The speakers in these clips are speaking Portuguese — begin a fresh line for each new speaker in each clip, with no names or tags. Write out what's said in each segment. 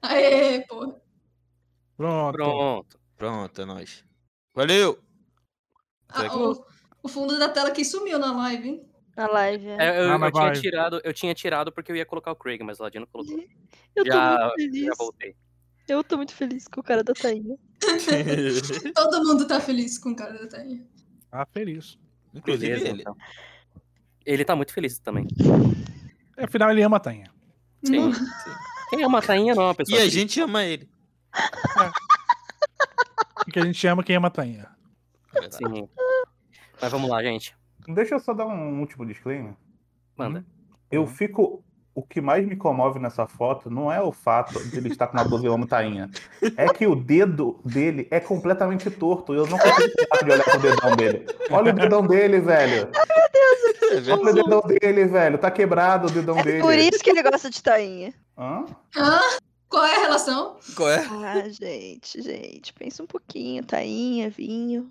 Aê, pô.
Pronto.
Pronto. Pronto, é nóis. Valeu!
Ah, o, o fundo da tela que sumiu na live, hein?
Na live. é.
É, eu,
Ah,
eu
mas
tinha
vai.
tirado, eu tinha tirado porque eu ia colocar o Craig, mas o Ladino colocou.
Eu tô
Já,
muito feliz.
já voltei.
Eu tô muito feliz com o cara da Tainha.
Todo mundo tá feliz com o cara da Tainha.
Tá feliz.
Beleza,
Inclusive ele.
então. Ele tá muito feliz também.
Afinal, ele ama a Tanha.
Sim.
Hum,
Quem é uma tainha não é uma pessoa.
E a
feliz.
gente ama ele.
Porque a gente ama quem ama a Tanha.
É
Sim. Mas vamos lá, gente.
Deixa eu só dar um último disclaimer.
Manda.
Eu fico. O que mais me comove nessa foto não é o fato de ele estar com uma blusa e eu amo tainha. É que o dedo dele é completamente torto. Eu não consigo parar de olhar pro dedão dele. Olha o dedão dele, velho.
É
Olha o
verdade.
dedão dele, velho. Tá quebrado o dedão
É
dele.
por isso que ele gosta de Tainha.
Hã?
Qual é a relação?
Qual é?
Ah, gente, gente. Pensa um pouquinho. Tainha, vinho.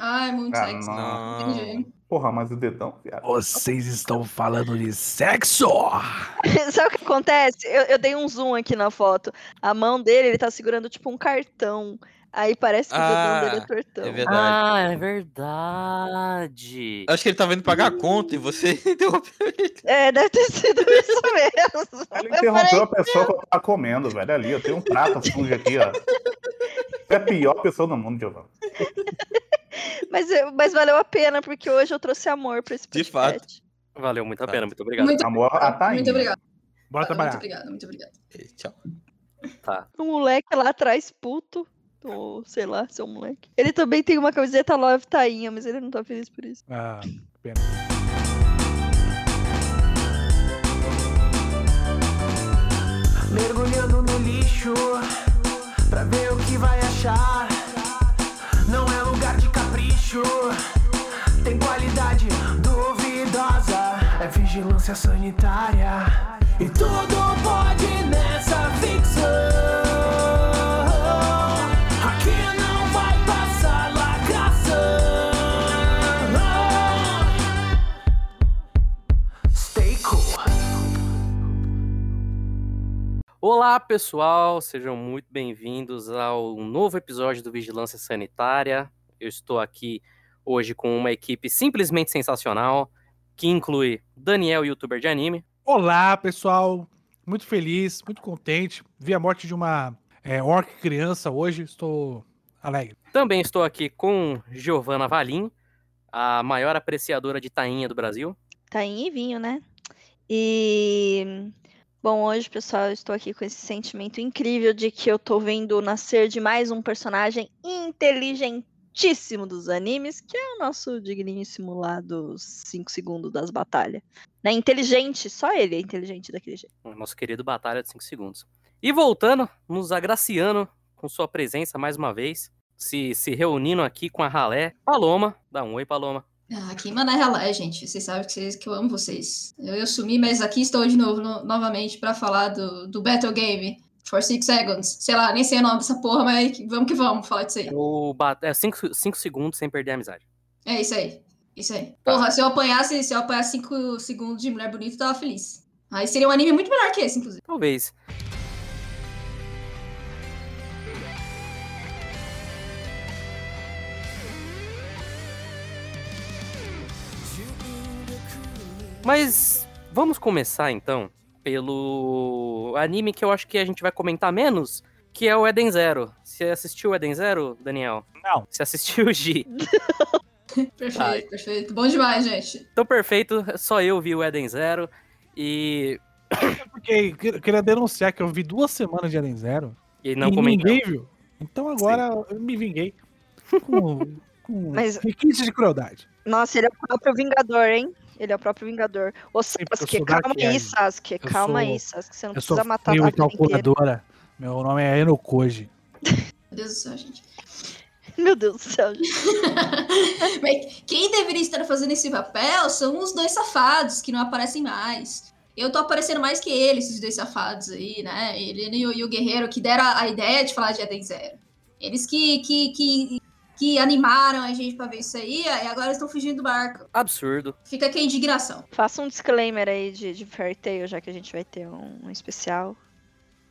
Ah, é muito
Ah,
sexy.
Não. é
Entendi.
Porra, mas o dedão, viado.
Vocês estão falando de sexo?
Sabe o que acontece? Eu, eu dei um zoom aqui na foto. A mão dele, ele tá segurando tipo um cartão. Aí parece que o
Ah,
dedão dele é tortão.
É verdade.
Ah, é verdade.
Acho que ele tava indo pagar a conta e você interrompeu.
É, deve ter sido isso mesmo.
Ele
Eu falei,
interrompeu a pessoa que eu tava comendo, velho. Ali, eu tenho um prato sujo aqui, ó. Você é a pior pessoa do mundo, Giovanni.
mas, eu- mas valeu a pena, porque hoje eu trouxe amor pra esse
De
podcast.
Valeu, muito a
Tá.
pena, muito obrigado.
Muito,
Amor, a
obrigado,
Tainha.
muito obrigado.
Bora
Muito
trabalhar.
obrigado, muito obrigado.
Ei, Tchau.
Tá.
um moleque lá atrás, puto. Ou sei lá, seu moleque. Ele também tem uma camiseta Love Tainha, mas ele não tá feliz por isso.
Ah,
Mergulhando no lixo pra ver o que vai achar. Não é lugar de capricho, tem qualidade duvidosa. É vigilância sanitária e tudo pode nessa ficção. Aqui não vai passar lacração. Stay cool.
Olá, pessoal. Sejam muito bem-vindos ao novo episódio do Vigilância Sanitária. Eu estou aqui hoje com uma equipe simplesmente sensacional, que inclui Daniel, youtuber de anime.
Olá, pessoal. Muito feliz, muito contente. Vi a morte de uma é, orc criança hoje. Estou alegre.
Também estou aqui com Giovana Valim, a maior apreciadora de tainha do Brasil.
Tainha e vinho, né? E. Bom, hoje, pessoal, eu estou aqui com esse sentimento incrível de que eu tô vendo nascer de mais um personagem inteligentíssimo dos animes, que é o nosso digníssimo lá dos 5 segundos das batalhas. Né? Inteligente, só ele é inteligente daquele jeito.
o nosso querido Batalha de 5 Segundos. E voltando, nos agraciando com sua presença mais uma vez, se, se reunindo aqui com a ralé, Paloma. Dá um oi, Paloma.
Ah, aqui em Manaus é lá, gente. Vocês sabem que, vocês- que eu amo vocês. Eu, eu sumi, mas aqui estou de novo, no- novamente, pra falar do, do Battle Game for Six Seconds. Sei lá, nem sei o nome dessa porra, mas vamos que vamos falar disso aí.
O ba- é 5 segundos sem perder a amizade.
É isso aí. Isso aí.
Tá.
Porra, se eu apanhasse, se eu apanhasse 5 segundos de mulher bonita, eu tava feliz. Aí seria um anime muito melhor que esse, inclusive.
Talvez. Mas vamos começar então pelo anime que eu acho que a gente vai comentar menos, que é o Eden Zero. Você assistiu o Eden Zero, Daniel?
Não.
Você assistiu, Gi?
Perfeito,
Ai.
perfeito. Bom demais, gente.
Então perfeito, só eu vi o Eden Zero. E,
É Porque eu queria denunciar que eu vi duas semanas de Eden Zero
e não
e
comentamos.
ninguém viu. Então agora eu me vinguei com, com
Mas-
requinte de crueldade.
Nossa, ele é o próprio Vingador, hein? Ele é o próprio Vingador. Ô,
porque eu
Sasuke,
sou
calma
Dark
aí,
Eren.
Sasuke.
Eu
Calma
sou-
aí, Sasuke. Você não
Eu sou
precisa matar
frio
a
e calculadora. Meu nome é Eno Koji.
Meu Deus do céu, gente.
Meu Deus do céu, gente.
Mas quem deveria estar fazendo esse papel são os dois safados que não aparecem mais. Eu tô aparecendo mais que eles, esses dois safados aí, né? Ele e o, e o Guerreiro que deram a, a ideia de falar de Eden Zero. Eles que, que, que, que animaram a gente pra ver isso aí, e agora estão fugindo do barco.
Absurdo.
Fica aqui a indignação.
Faça um disclaimer aí de, de Fairy Tail, já que a gente vai ter um, um especial.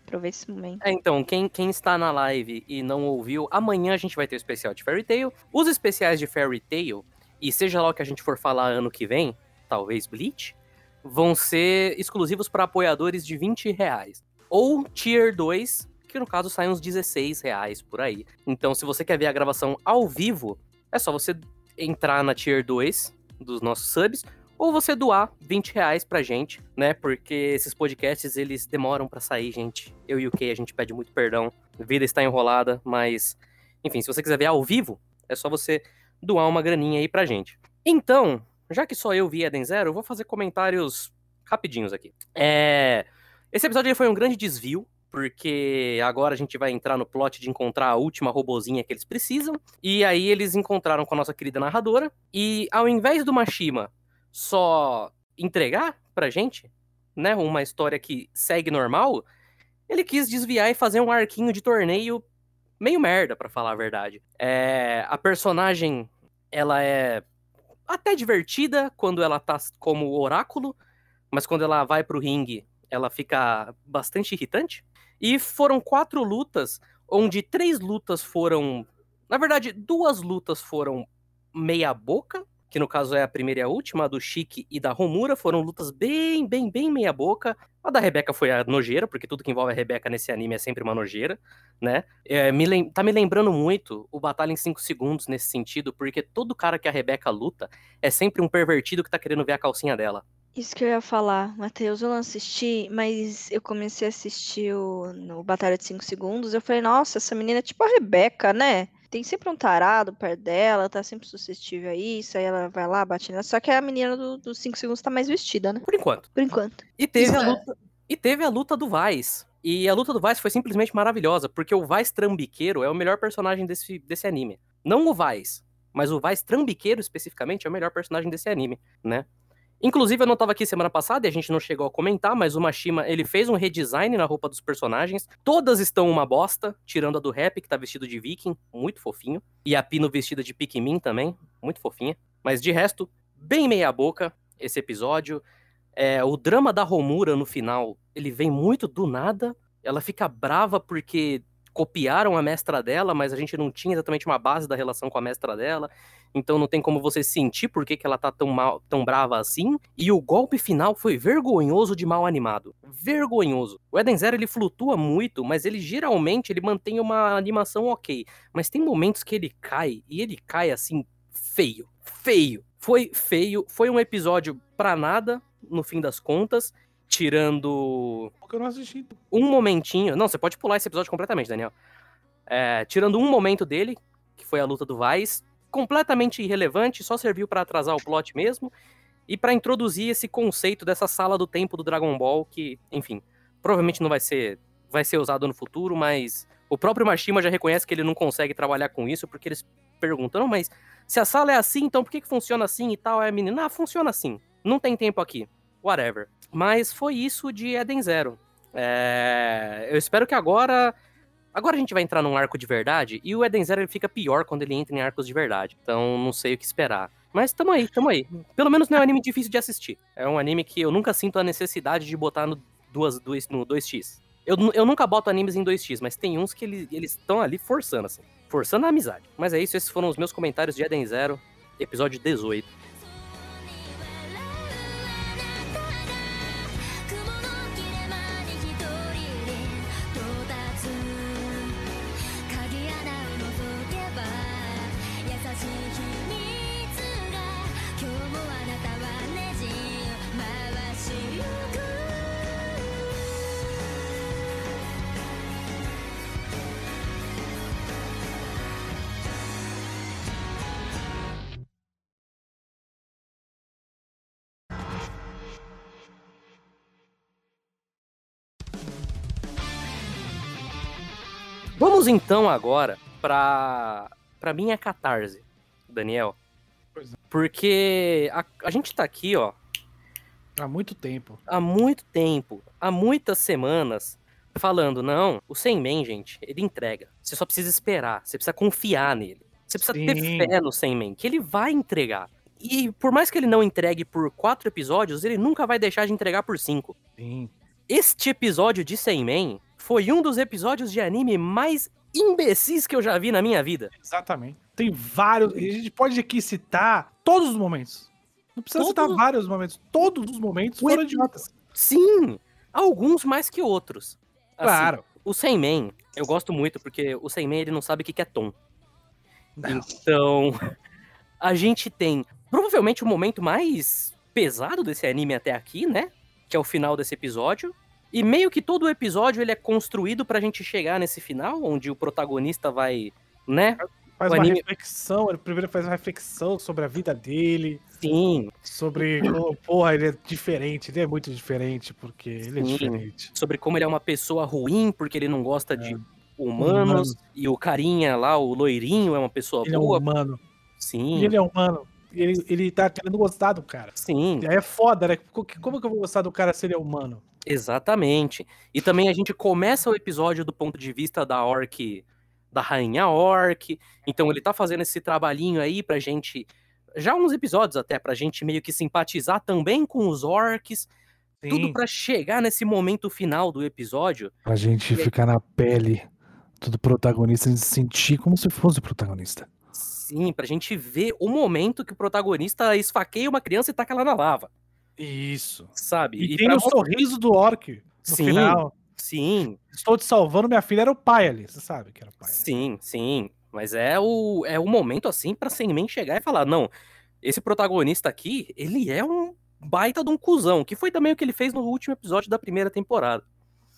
Aproveita esse momento.
É, então, quem, quem está na live e não ouviu, amanhã a gente vai ter o especial de Fairy Tail. Os especiais de Fairy Tail, e seja lá o que a gente for falar ano que vem, talvez Bleach, vão ser exclusivos para apoiadores de 20 reais. Ou Tier 2, que no caso sai uns 16 reais por aí. Então, se você quer ver a gravação ao vivo, é só você entrar na Tier 2 dos nossos subs, ou você doar 20 reais pra gente, né? Porque esses podcasts, eles demoram pra sair, gente. Eu e o Kay, a gente pede muito perdão. A vida está enrolada, mas... Enfim, se você quiser ver ao vivo, é só você doar uma graninha aí pra gente. Então, já que só eu vi Eden Zero, eu vou fazer comentários rapidinhos aqui. É... Esse episódio ele foi um grande desvio, porque agora a gente vai entrar no plot de encontrar a última robozinha que eles precisam. E aí eles encontraram com a nossa querida narradora. E ao invés do Mashima só entregar pra gente, né, uma história que segue normal, ele quis desviar e fazer um arquinho de torneio meio merda, pra falar a verdade. É, a personagem, ela é até divertida quando ela tá como oráculo, mas quando ela vai pro ringue, ela fica bastante irritante. E foram quatro lutas, onde três lutas foram. Na verdade, duas lutas foram meia boca, que no caso é a primeira e a última, a do Chique e da Romura, foram lutas bem, bem, bem meia boca. A da Rebeca foi a nojeira, porque tudo que envolve a Rebeca nesse anime é sempre uma nojeira, né? É, me lem- tá me lembrando muito o Batalha em 5 Segundos nesse sentido, porque todo cara que a Rebeca luta é sempre um pervertido que tá querendo ver a calcinha dela.
Isso que eu ia falar, Matheus, eu não assisti, mas eu comecei a assistir o no Batalha de 5 Segundos. Eu falei, nossa, essa menina é tipo a Rebeca, né? Tem sempre um tarado perto dela, tá sempre suscetível a isso, aí ela vai lá, bate nela. Só que a menina do- dos 5 segundos tá mais vestida, né?
Por enquanto.
Por enquanto.
E teve,
Isso
a
é.
luta, e teve a luta do Vice. E a luta do Vice foi simplesmente maravilhosa, porque o Vice Trambiqueiro é o melhor personagem desse, desse anime. Não o Vice, mas o Vice Trambiqueiro especificamente é o melhor personagem desse anime, né? Inclusive, eu não tava aqui semana passada e a gente não chegou a comentar, mas o Mashima, ele fez um redesign na roupa dos personagens. Todas estão uma bosta, tirando a do Rap, que tá vestido de viking, muito fofinho. E a Pino vestida de Pikmin também, muito fofinha. Mas de resto, bem meia boca esse episódio. É, o drama da Romura no final, ele vem muito do nada. Ela fica brava porque copiaram a mestra dela, mas a gente não tinha exatamente uma base da relação com a mestra dela. Então não tem como você sentir por que, que ela tá tão, mal, tão brava assim. E o golpe final foi vergonhoso de mal animado. Vergonhoso. O Eden Zero ele flutua muito, mas ele geralmente ele mantém uma animação ok. Mas tem momentos que ele cai, e ele cai assim, feio. Feio. Foi feio. Foi um episódio pra nada no fim das contas, tirando
Porque eu não assisti.
um momentinho. Não, você pode pular esse episódio completamente, Daniel. É, tirando um momento dele, que foi a luta do Vice, completamente irrelevante, só serviu pra atrasar o plot mesmo e pra introduzir esse conceito dessa sala do tempo do Dragon Ball que, enfim, provavelmente não vai ser vai ser usado no futuro, mas o próprio Mashima já reconhece que ele não consegue trabalhar com isso porque eles perguntam, não, mas se a sala é assim, então por que, que funciona assim e tal? Aí a menina, ah, funciona assim. Não tem tempo aqui. Whatever. Mas foi isso de Eden Zero. É, eu espero que agora. Agora a gente vai entrar num arco de verdade e o Eden Zero ele fica pior quando ele entra em arcos de verdade. Então não sei o que esperar. Mas tamo aí, tamo aí. Pelo menos não é um anime difícil de assistir. É um anime que eu nunca sinto a necessidade de botar no, duas, duas, no 2x. Eu, nu- eu nunca boto animes em 2x, mas tem uns que ele- eles estão ali forçando, assim. Forçando a amizade. Mas é isso, esses foram os meus comentários de Eden Zero, episódio 18.
空に笑うあなたが雲の切れ間に一人で到達鍵穴を覗けば優しい秘密が今日もあなたはねじ回しゆく
Vamos então agora pra, pra minha catarse, Daniel.
Pois é.
Porque a, a gente tá aqui, ó,
Há muito tempo.
há muito tempo, há muitas semanas, falando, não, o Senmen, gente, ele entrega. Você só precisa esperar, você precisa confiar nele. Você precisa
Sim.
ter fé no Senmen, que ele vai entregar. E por mais que ele não entregue por quatro episódios, ele nunca vai deixar de entregar por cinco.
Sim.
Este episódio de Senmen foi um dos episódios de anime mais imbecis que eu já vi na minha vida.
Exatamente. Tem vários. e A gente pode aqui citar todos os momentos. Não precisa citar
Todos-
vários momentos. Todos os momentos
O
foram
epi- assim,
idiotas.
Sim, alguns mais que outros. Assim,
Claro.
O Sandman, eu gosto muito, porque o Sandman ele não sabe o que que é tom. Então, a gente tem provavelmente o momento mais pesado desse anime até aqui, né? Que é o final desse episódio. E meio que todo o episódio ele é construído pra gente chegar nesse final, onde o protagonista vai, né?
Faz
O
uma
anime-
reflexão. Ele primeiro faz uma reflexão sobre a vida dele.
Sim,
Sobre como, porra, ele é diferente. Ele é muito diferente, porque ele é
Sim.
diferente.
sobre como ele é uma pessoa ruim, porque ele não gosta de
É.
humanos. E o carinha lá, o loirinho, é uma pessoa
Ele é
boa.
humano.
Sim,
E ele é humano. E ele, ele tá querendo gostar do cara.
sim.
E aí é foda, né? Co- que- Como que eu vou gostar do cara se ele é humano?
Exatamente. E também a gente começa o episódio do ponto de vista da Orc, da Rainha Orc. Então ele tá fazendo esse trabalhinho aí pra gente. Já uns episódios até, pra gente meio que simpatizar também com os orcs. Tudo
Sim.
pra chegar nesse momento final do episódio.
Pra gente ficar na pele do protagonista e se sentir como se fosse o protagonista.
Sim, pra gente ver o momento que o protagonista esfaqueia uma criança e taca ela na lava,
Isso.
sabe?
E, tem
pra
o
mostrar-
sorriso do Orc no
Sim.
final.
Sim.
Estou te salvando, minha filha era o pai ali. Você sabe que era o pai. né?
Sim, sim. Mas é o, é o momento, assim, pra Senmen chegar e falar: não, esse protagonista aqui, ele é um baita de um cuzão, que foi também o que ele fez no último episódio da primeira temporada.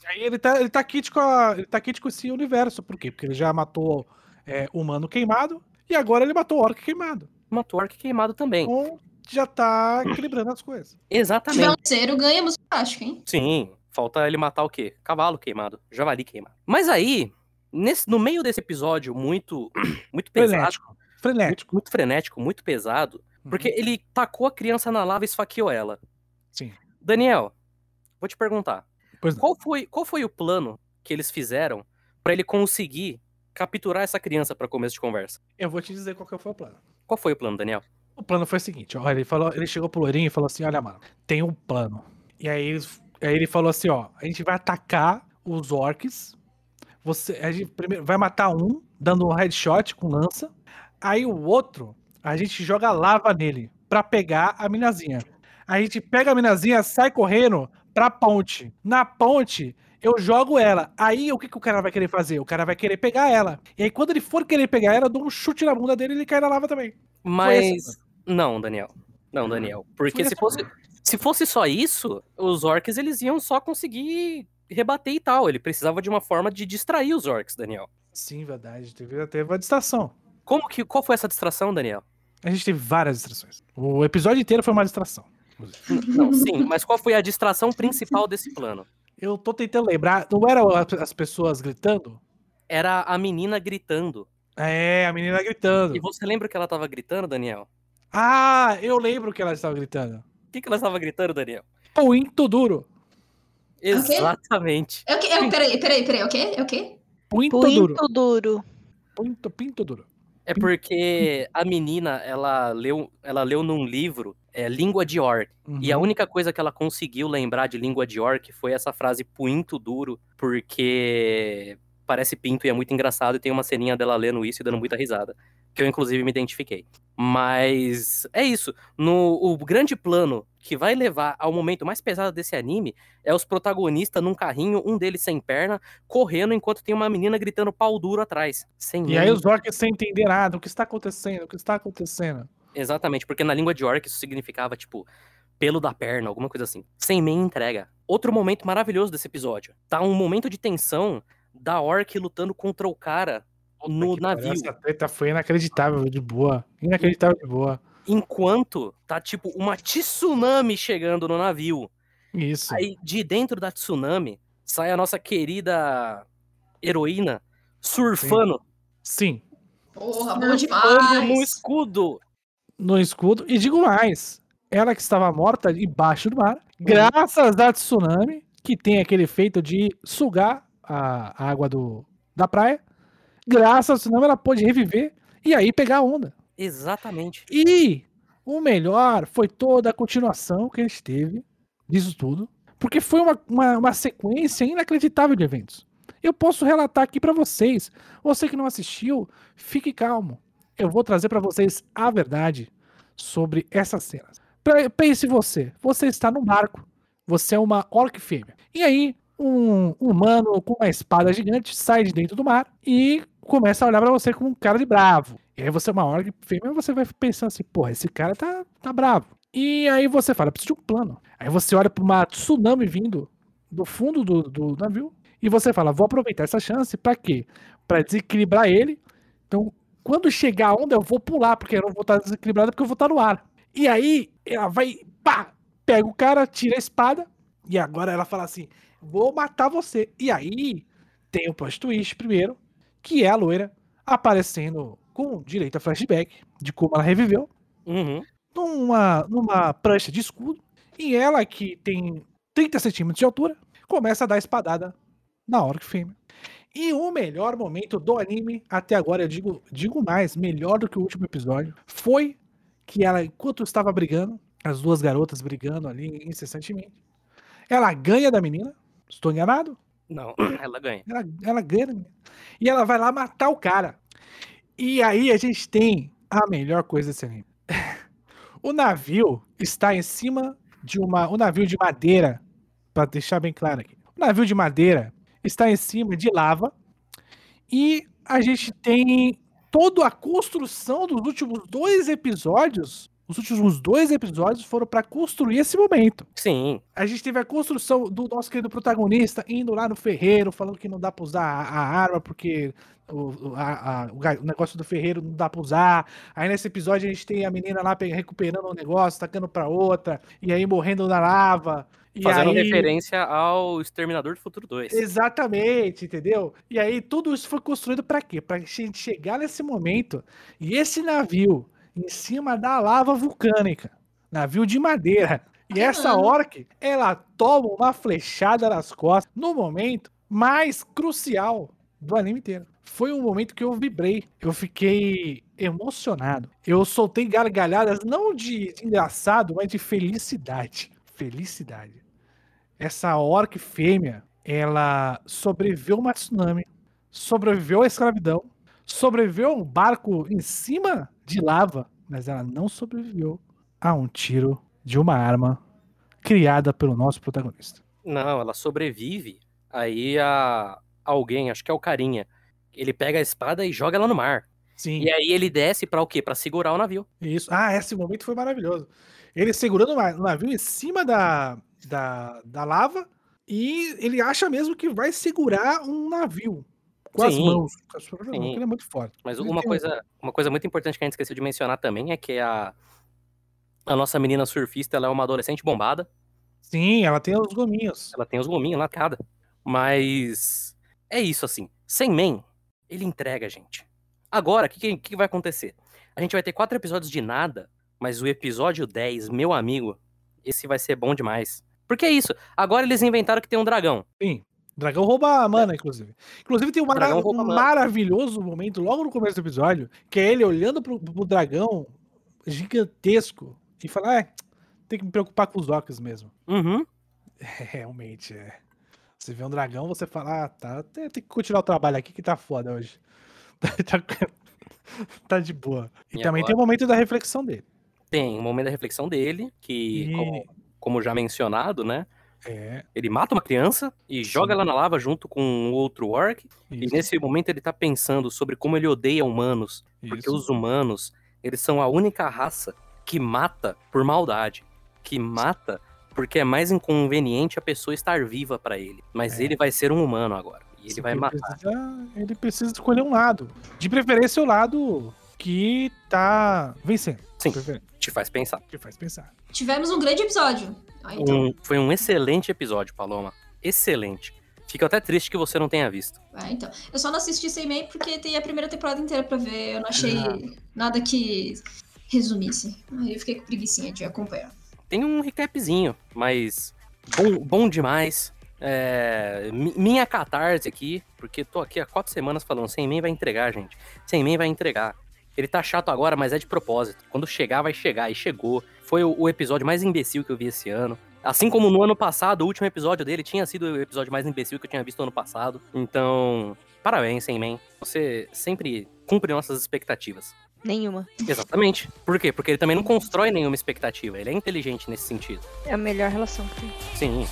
Aí ele tá, ele tá kit com a, ele tá kit com esse universo. Por quê? Porque ele já matou é, humano queimado e agora ele matou o Orc queimado.
Matou o Ark Um queimado também.
Então já tá equilibrando as coisas.
Se tiver um
Exatamente.
terceiro, ganha música, acho, hein?
Sim. Falta ele matar o quê? Cavalo queimado, javali queimado. Mas aí, nesse, no meio desse episódio muito, muito pesado,
Frenético. Frenético.
muito frenético, muito pesado, porque ele tacou a criança na lava e esfaqueou ela.
Uhum. Sim.
Daniel, vou te perguntar.
Pois não.
Qual foi, qual foi o plano que eles fizeram pra ele conseguir capturar essa criança pra começo de conversa?
Eu vou te dizer qual que foi o plano.
Qual foi o plano, Daniel?
O plano foi o seguinte, ó, ele falou, ele chegou pro Lourinho e falou assim, olha, mano, tem um plano. E aí, eles- aí ele falou assim, ó, a gente vai atacar os orcs. Você, a gente primeiro vai matar um, dando um headshot com lança. Aí o outro, a gente joga lava nele pra pegar a minazinha. A gente pega a minazinha, sai correndo pra ponte. Na ponte, eu jogo ela. Aí o que, que o cara vai querer fazer? O cara vai querer pegar ela. E aí quando ele for querer pegar ela, eu dou um chute na bunda dele e ele cai na lava também.
Mas não, Daniel. Não, Daniel, porque
Uhum. Foi
se fosse se fosse só isso, os orcs eles iam só conseguir rebater e tal. Ele precisava de uma forma de distrair os orcs, Daniel.
Sim, verdade. Teve, teve uma distração.
Como que qual foi essa distração, Daniel?
A gente teve várias distrações. O episódio inteiro foi uma distração. inclusive.
N- Não, sim, mas qual foi a distração principal desse plano?
Eu tô tentando lembrar. Não eram a- as pessoas gritando?
Era a menina gritando.
É, a menina gritando.
E você lembra que ela tava gritando, Daniel?
Ah, eu lembro que ela estava gritando.
O que que ela estava gritando, Daniel?
Punto duro.
Exatamente.
É o quê? É o- Peraí, peraí, peraí, é o quê? É o quê?
Punto duro.
Pinto duro.
Punto, pinto duro.
É porque a menina, ela leu, ela leu num livro é, Língua de Orc. E é um a
Uhum.
única coisa que ela conseguiu lembrar de Língua de Orc foi essa frase punto duro, porque parece pinto e é muito engraçado. E tem uma ceninha dela lendo isso e dando muita risada. Que eu, inclusive, me identifiquei. Mas é isso. No, o grande plano que vai levar ao momento mais pesado desse anime é os protagonistas num carrinho, um deles sem perna, correndo enquanto tem uma menina gritando pau duro atrás. Sem
E aí
mãe.
os orcs sem entender nada. O que está acontecendo? O que está acontecendo?
Exatamente, porque na língua de orc isso significava, tipo, pelo da perna, alguma coisa assim. Sem meia entrega. Outro momento maravilhoso desse episódio. Tá um momento de tensão da orc lutando contra o cara no
Que pariu,
navio.
Essa treta foi inacreditável de boa. Inacreditável de boa.
Enquanto tá, tipo, uma tsunami chegando no navio.
Isso.
Aí, de dentro da tsunami, sai a nossa querida heroína surfando.
Sim.
Porra, bom
surfando no
demais.
escudo.
no escudo. E digo mais, ela que estava morta embaixo do mar, graças a tsunami, que tem aquele efeito de sugar a a água do, da praia, graças ao tsunami ela pôde reviver e aí pegar a onda.
Exatamente.
E o melhor foi toda a continuação que a gente teve disso tudo, porque foi uma, uma, uma sequência inacreditável de eventos. Eu posso relatar aqui pra vocês. Você que não assistiu, fique calmo. Eu vou trazer pra vocês a verdade sobre essas cenas. Pre- Pense você, você está num barco, você é uma orc fêmea. E aí, um humano com uma espada gigante sai de dentro do mar e começa a olhar pra você com um cara de bravo. E aí você é uma orc fêmea, você vai pensando assim, porra, esse cara tá, tá bravo. E aí você fala, preciso de um plano. Aí você olha pra uma tsunami vindo do fundo do, do navio e você fala, vou aproveitar essa chance pra quê? Pra desequilibrar ele. Então, quando chegar a onda, eu vou pular, porque eu não vou estar desequilibrado, porque eu vou estar no ar. E aí ela vai, pá, pega o cara, tira a espada e agora ela fala assim, vou matar você. E aí tem o plot twist primeiro, que é a loira aparecendo com direito a flashback de como ela reviveu
Uhum.
numa, numa prancha de escudo. E ela, que tem 30 centímetros de altura, começa a dar espadada na Orc Fêmea. E o melhor momento do anime, até agora, eu digo, digo mais, melhor do que o último episódio, foi que ela, enquanto estava brigando, as duas garotas brigando ali incessantemente, ela ganha da menina. Estou enganado?
Não, ela ganha.
Ela, ela ganha. né? E ela vai lá matar o cara. E aí a gente tem a melhor coisa desse anime. O navio está em cima de uma. O navio de madeira, para deixar bem claro aqui. O navio de madeira está em cima de lava. E a gente tem toda a construção dos últimos dois episódios. Os últimos dois episódios foram para construir esse momento
Sim.
a gente teve a construção do nosso querido protagonista indo lá no ferreiro, falando que não dá pra usar a, a arma porque o, o- a- a- o ga- o negócio do ferreiro não dá pra usar. Aí nesse episódio a gente tem a menina lá pe- recuperando um negócio, tacando pra outra, e aí morrendo na lava. E
Fazendo
aí...
referência ao Exterminador do Futuro 2.
Exatamente, entendeu? E aí tudo isso foi construído pra quê? Pra gente chegar nesse momento e esse navio em cima da lava vulcânica, navio de madeira. E essa
Caramba.
orc, ela toma uma flechada nas costas no momento mais crucial do anime inteiro. Foi um momento que eu vibrei, eu fiquei emocionado. Eu soltei gargalhadas não de de engraçado, mas de felicidade. Felicidade. Essa orc fêmea, ela sobreviveu a uma tsunami, sobreviveu à escravidão, sobreviveu a um barco em cima de lava, mas ela não sobreviveu a um tiro de uma arma criada pelo nosso protagonista.
Não, ela sobrevive. Aí a alguém, acho que é o carinha, ele pega a espada e joga ela no mar.
Sim,
E é aí ele desce pra o quê? Pra segurar o navio.
isso. Ah, esse momento foi maravilhoso. Ele segurando o na- o navio em cima da, da, da lava e ele acha mesmo que vai segurar um navio com as
Sim.
mãos. Com as próprias mãos,
Sim.
porque ele é muito forte.
Mas
Ele
uma
tem um-
coisa, uma coisa muito importante que a gente esqueceu de mencionar também é que a a nossa menina surfista, ela é uma adolescente bombada.
Sim, ela tem os gominhos.
Ela tem os gominhos lá, cada. Mas é isso assim. Sem Man, ele entrega a gente. Agora, o que, que- que vai acontecer? A gente vai ter quatro episódios de nada, mas o episódio 10, meu amigo, esse vai ser bom demais. Porque é isso. Agora eles inventaram que tem um dragão.
Dragão rouba a mana, inclusive. Inclusive tem um, mara-
É. Dragão rouba
um
a mana.
maravilhoso momento logo no começo do episódio, que é ele olhando pro, pro dragão gigantesco e falar, é, tem que me preocupar com os orcs mesmo.
Uhum.
É, realmente, é. Você vê um dragão, você fala, ah, tá, tem tem que continuar o trabalho aqui que tá foda hoje. tá, tá de boa. E,
E
também tem o momento da reflexão dele.
Tem o momento da reflexão dele, que,
E-
como, como já mencionado, né?
É,
Ele mata uma criança e joga ela na lava junto com um outro orc. E
isso,
nesse momento ele tá pensando sobre como ele odeia humanos. Porque
isso.
os humanos, eles são a única raça que mata por maldade, que mata porque é mais inconveniente a pessoa estar viva pra ele. Mas
É.
ele vai ser um humano agora. E ele
Sim,
vai
ele
matar.
precisa- ele precisa escolher um lado. De preferência, o lado que tá vencendo.
Sim.
De preferência,
Te faz pensar.
Que faz pensar.
Tivemos um grande episódio. Ah, então,
Um- foi um excelente episódio, Paloma. Excelente. Fico até triste que você não tenha visto.
ah, então. Eu só não assisti sem meio porque tem a primeira temporada inteira pra ver. Eu não achei nada que resumisse. Aí eu fiquei com preguicinha de acompanhar.
Tem um recapzinho, mas bom, bom demais. É, mi- minha catarse aqui, porque tô aqui há quatro semanas falando, sem mim vai entregar, gente. Sem mim vai entregar. Ele tá chato agora, mas é de propósito. Quando chegar, vai chegar. E chegou. Foi o, o episódio mais imbecil que eu vi esse ano. Assim como no ano passado, o último episódio dele tinha sido o episódio mais imbecil que eu tinha visto no ano passado. Então, parabéns, Sandman. Você sempre cumpre nossas expectativas.
Nenhuma.
Exatamente. Por quê? Porque ele também não constrói nenhuma expectativa. Ele é inteligente nesse sentido.
É a melhor relação que tem.
Sim.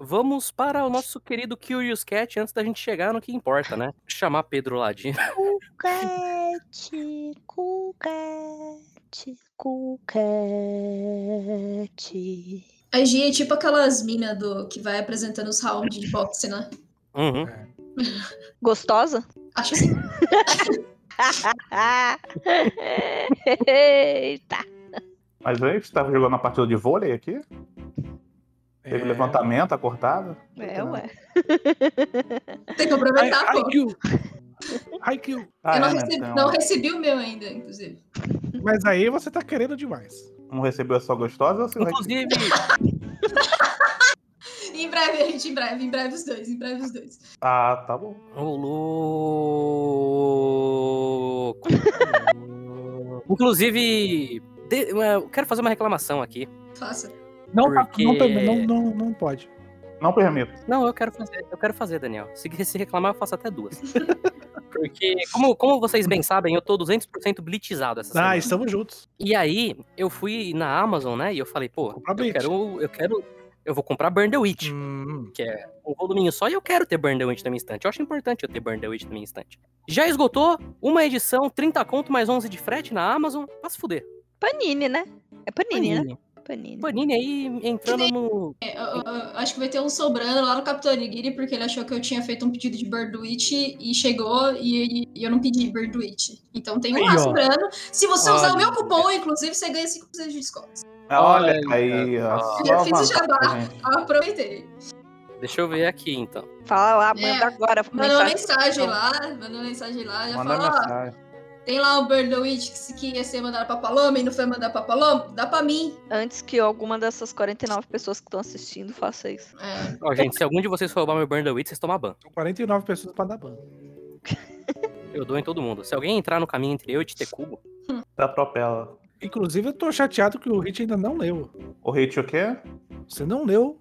Vamos para o nosso querido Curious Cat antes da gente chegar no que importa, né? Chamar Pedro Ladinho.
Cucate, cucate, cucate.
A Gia é tipo aquelas minas do que vai apresentando os rounds de boxe, né?
Uhum.
Gostosa? Ah!
Acho assim.
Eita.
Mas a gente tava jogando uma partida de vôlei aqui. Teve
É.
levantamento, a cortada.
É, ué.
Tem que aproveitar,
Ai-
pô.
IQ. IQ.
Ah,
eu não,
é, né?
recebi,
Tem um-
não recebi o meu ainda, inclusive.
Mas aí você tá querendo demais.
Um recebeu a sua gostosa ou se
Inclusive,
Em breve, gente, em breve, em breve os dois, em breve os dois.
Ah, tá bom.
Ô, louco. Inclusive, de- é, eu quero fazer uma reclamação aqui.
Faça.
Não, tá,
Porque-
não, tem- não, não, não pode.
Não permito.
Não, eu quero fazer, eu quero fazer, Daniel. Se, se reclamar, eu faço até duas. Porque, como, como vocês bem sabem, eu tô 200% blitizado essa semana.
Ah, estamos juntos.
E aí, eu fui na Amazon, né? E eu falei, pô,
Comprar
eu
Blitz.
quero, eu quero. Eu vou comprar Burn the Witch.
Hum,
um voluminho só e eu quero ter Burn the Witch na minha estante. Eu acho importante eu ter Burn the Witch na minha estante. Já esgotou uma edição, 30 conto mais 11 de frete na Amazon. Vai se fuder.
Panini, né? É panini, né?
Panini.
Panini.
Panini aí entrando no.
É, eu- eu- eu acho que vai ter um sobrando lá no Capitão Nigiri, porque ele achou que eu tinha feito um pedido de Birdwitch e chegou e, e eu não pedi Birdwitch. Então tem um lá
Aí, ó.
sobrando. Se você usar o meu
Olha.
cupom, inclusive, você ganha 5% de desconto.
Ah, Olha,
Olha,
aí, ó.
só.
só
Eu fiz o jabá.
vantagem.
Ah, Aproveitei.
Deixa eu ver aqui então.
Fala lá,
É.
manda agora.
Mandou uma mensagem
mensagem.
lá, mandou uma mensagem lá, já
Manda
falou, ó,
mensagem.
tem lá um Birdwitch que, se- que ia ser mandado pra Paloma e não foi mandado pra Paloma, dá pra mim.
Antes que alguma dessas 49 pessoas que estão assistindo faça isso.
É,
Ó, gente, se algum de vocês for roubar meu Burn the Witch, vocês tomam ban.
são 49 pessoas pra dar ban.
Eu dou em todo mundo. Se alguém entrar no caminho entre eu e TT Cubo,
Tá atropela.
Inclusive, eu tô chateado que o Hit ainda não leu.
O hit o quê?
Você não leu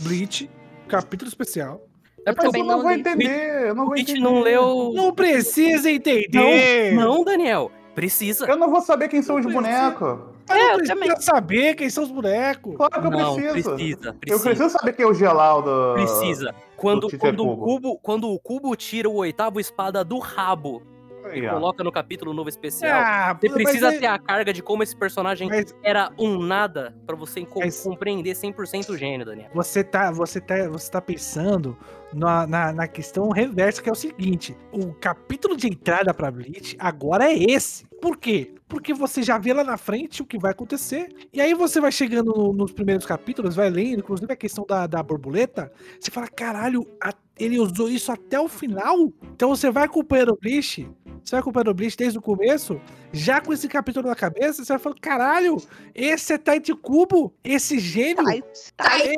Bleach, capítulo especial.
É
eu
porque
também
eu não
não
vou
li.
entender. Eu não
o
vou
Witch
entender.
não leu.
Não precisa entender!
Não, Daniel. Precisa.
Eu não vou saber quem são os
Não
bonecos.
Mas
É, eu
não precisa
também.
saber quem são os bonecos.
Claro que eu
não,
preciso.
precisa. Precisa.
Eu preciso saber quem é o Gelaldo.
Precisa. Quando,
Tite
quando, o
Cubo.
cubo, quando o cubo tira o oitavo espada do rabo
Aí, ó.
coloca no capítulo novo especial.
Ah,
Você
mas
precisa
é-
ter a carga de como esse personagem
mas
era um nada pra você co-
Mas-
compreender 100% o gênio, Daniel.
você tá, você tá, você tá pensando na, na, na questão reversa, que é o seguinte: o capítulo de entrada pra Bleach agora é esse. Por quê? Porque você já vê lá na frente o que vai acontecer. E aí você vai chegando no- nos primeiros capítulos, vai lendo, inclusive a questão da, da borboleta. Você fala: caralho, a- ele usou isso até o final? Então você vai acompanhando o Bleach. Você vai acompanhando o Bleach desde o começo, já com esse capítulo na cabeça, você vai falando, caralho, esse é Taiti Cubo, esse gênio,
Tight,
Tight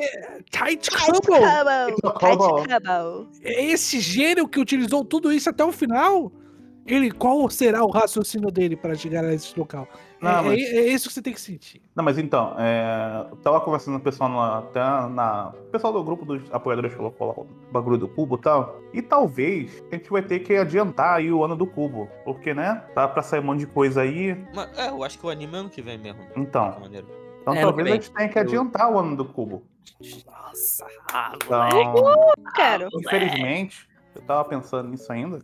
Tight
tight
Cable!
Cable,
Cable.
tight Cable.
é Esse gênio que utilizou tudo isso até o final? Ele, qual será o raciocínio dele para chegar a esse local? É-
Não,
é,
mas-
é isso que você tem que sentir.
Não, mas então, é, eu tava conversando com o pessoal na, até na. O pessoal do grupo dos apoiadores colocou lá o bagulho do cubo e tal. E talvez a gente vai ter que adiantar aí o ano do cubo. Porque, né? Tá pra sair um monte de coisa aí.
Mas, é, eu acho que o anime é ano que vem mesmo. De
Então,
qualquer maneira.
então Então
É,
talvez a
bem,
gente tenha que adiantar o ano do cubo.
Nossa, ah, moleque.
Então,
Quero.
infelizmente, eu tava pensando nisso ainda.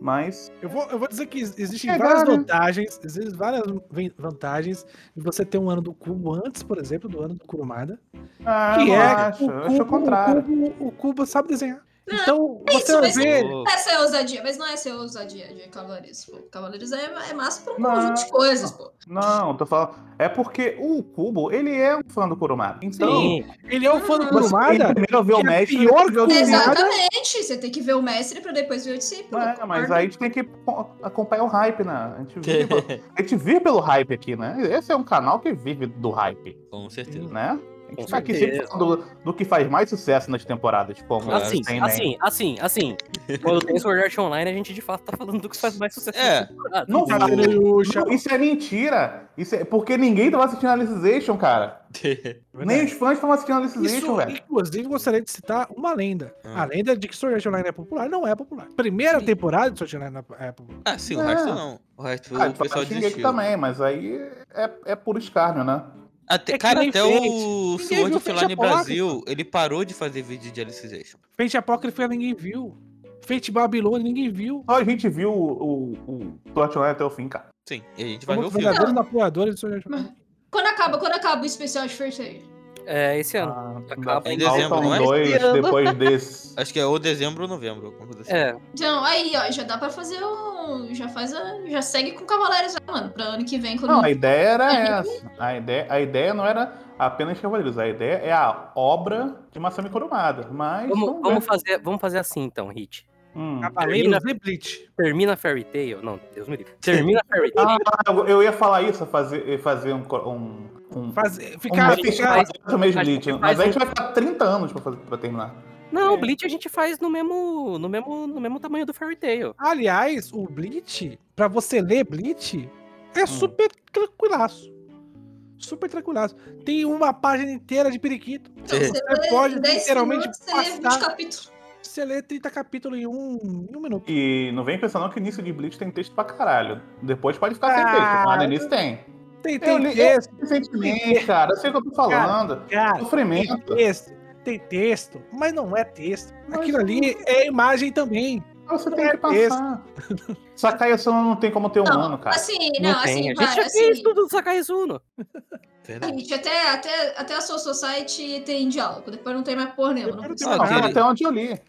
Mas
Eu vou, eu vou dizer que ex- existem
Chegaram.
várias vantagens, existem várias ven- vantagens de você ter um ano do cubo antes, por exemplo, do ano do Kurumada.
ah,
que
eu
é
não acho,
o
eu
cubo,
acho o contrário.
O cubo, o cubo sabe desenhar.
Não,
Então,
isso,
você vai
mas-
ver.
tá-
Essa é a ousadia, mas não é ser ousadia de Cavaleiros. Pô. Cavaleiros é, é massa pra um
Não.
conjunto de coisas, pô.
Não, eu tô falando. É porque o Cubo, ele é um fã do Kurumada. Então,
Sim,
Ele é um fã do
você tem que
Kurumada.
primeiro ver o
que é
mestre.
pior
depois ver
que o
o Kurumada.
Exato.
Exatamente, você tem que ver o mestre pra depois ver o discípulo.
É, mas
concordo.
aí a gente tem que co- acompanhar o hype, né? A gente, vive, a gente vive pelo hype aqui, né? Esse é um canal que vive do hype,
Com certeza.
né? A gente
Com
tá aqui
certeza.
sempre falando do, do que faz mais sucesso nas temporadas, como
Claro,
assim,
tem, né?
assim, assim, assim. Quando tem Sword Art Online, a gente de fato tá falando do que faz mais sucesso.
É.
nessa temporada.
Não
Cara,
fala.
Yuxa.
Não, isso é mentira. Isso é porque ninguém tava assistindo Alicization, cara. Nem os fãs estão assistindo Alicization,
Isso,
velho.
inclusive, gostaria de citar uma lenda.
Ah.
A lenda de que Sword Art Online é popular não é popular. Primeira temporada de Sword Art Online é popular.
Ah, sim, o
É.
resto não. O resto
Ah,
tá,
o pessoal
xinguei aqui
desistiu.
também, mas aí é, é puro escárnio, né?
Até,
É que
cara,
nem
até
Fate.
o
Ninguém
Sword
viu
of
Fate
Line
Apocrypha.
Brasil, ele parou de fazer vídeo de Alicization.
Fate Apócrifa ninguém viu. Fate Babilônia ninguém viu.
Só a gente viu o, o, o Platinum até o fim, cara.
Sim, e a gente vai ver o
Somos
filme.
verdadeiros apoiadores de Sword Art Online.
Quando acaba, quando acaba o especial de First Aid?
É, esse ano.
Ah,
Acaba
em
faltam
dezembro, não é?
dois
Esse ano.
depois desse.
Acho que é ou dezembro ou novembro. alguma coisa assim.
É,
Então, aí, ó, já dá pra fazer um. Já faz a. Já segue com Cavaleiros, né, mano. Pra ano que vem, quando.
Não, a ideia era
Aí-
essa. A ideia, a ideia não era apenas Cavaleiros. A ideia é a obra de Massami Kurumada. Mas
vamos,
vamos, ver.
vamos fazer, vamos fazer assim então, Hit.
Hum.
Cavaleiros e é Bleach.
Termina Fairy Tail. Não, Deus me livre. Termina Fairy Tail.
Ah, eu- eu ia falar isso, fazer, fazer um... co- um, um...
Fazer,
um
ficar,
mês
ficar
fazendo o mesmo
acho que faz
Bleach, mas aí a
um-
gente vai ficar 30 anos pra, fazer, pra terminar.
Não, Bleach a gente faz no mesmo, no mesmo, no mesmo tamanho do Fairy Tail.
Aliás, o Bleach, pra você ler Bleach, é
Hum.
super tranquilaço. Super tranquilaço. Tem uma página inteira de periquito.
Então,
É.
você
Você
lê
pode
10
literalmente
minutos, você lê 20
passar.
capítulos.
Você lê 30 capítulos em um, em um minuto.
E não vem pensando que início de Bleach tem texto pra caralho. Depois pode ficar sem texto,
Ah,
mas no início tem.
Tem,
Eu
tem
li-
texto,
Recentemente, cara, eu sei o que eu tô falando.
cara. Tem
Sofrimento.
texto, tem texto, mas não é texto. Aquilo ali é imagem também.
Então Você
Não
tem
é
que passar. Sakai Sama não tem como ter um
Não,
ano, cara.
Assim,
Tá. Não
não,
tem.
assim,
a gente
vai,
já fez
assim.
tudo do Sakai Zuno.
Verdade.
Gente, até, até, até a Soul Society tem diálogo, depois não tem mais porra nenhuma. Não
Depois
precisa.
não tem mais
Ah,
Ah,
nada.
querido.
até onde eu li.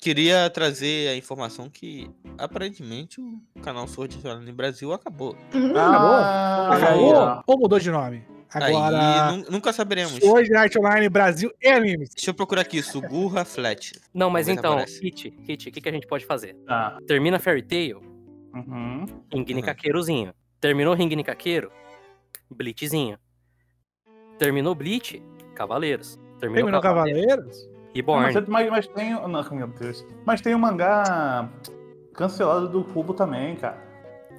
Queria trazer a informação que aparentemente o canal Sword Art Online Brasil acabou.
Ah,
Acabou?
aí, ó.
Ou mudou de nome? Agora,
Aí nu- nunca saberemos.
hoje Art Online Brasil e Animes.
Deixa eu procurar aqui, Sugurra Flat.
Não, mas
Talvez
então,
apareça.
Hit, Hit, o que, que a gente pode fazer?
Tá.
Termina Fairy Tail,
Uhum.
Ring
Uhum.
Nikaqueirozinho. Terminou Ring Nikaqueiro, Bleachzinho. Terminou Bleach, Cavaleiros. Terminou,
Terminou Cavaleiros?
Reborn.
Mas, mas- mas tem. Não, meu Deus. Mas tem o mangá cancelado do Cubo também, cara.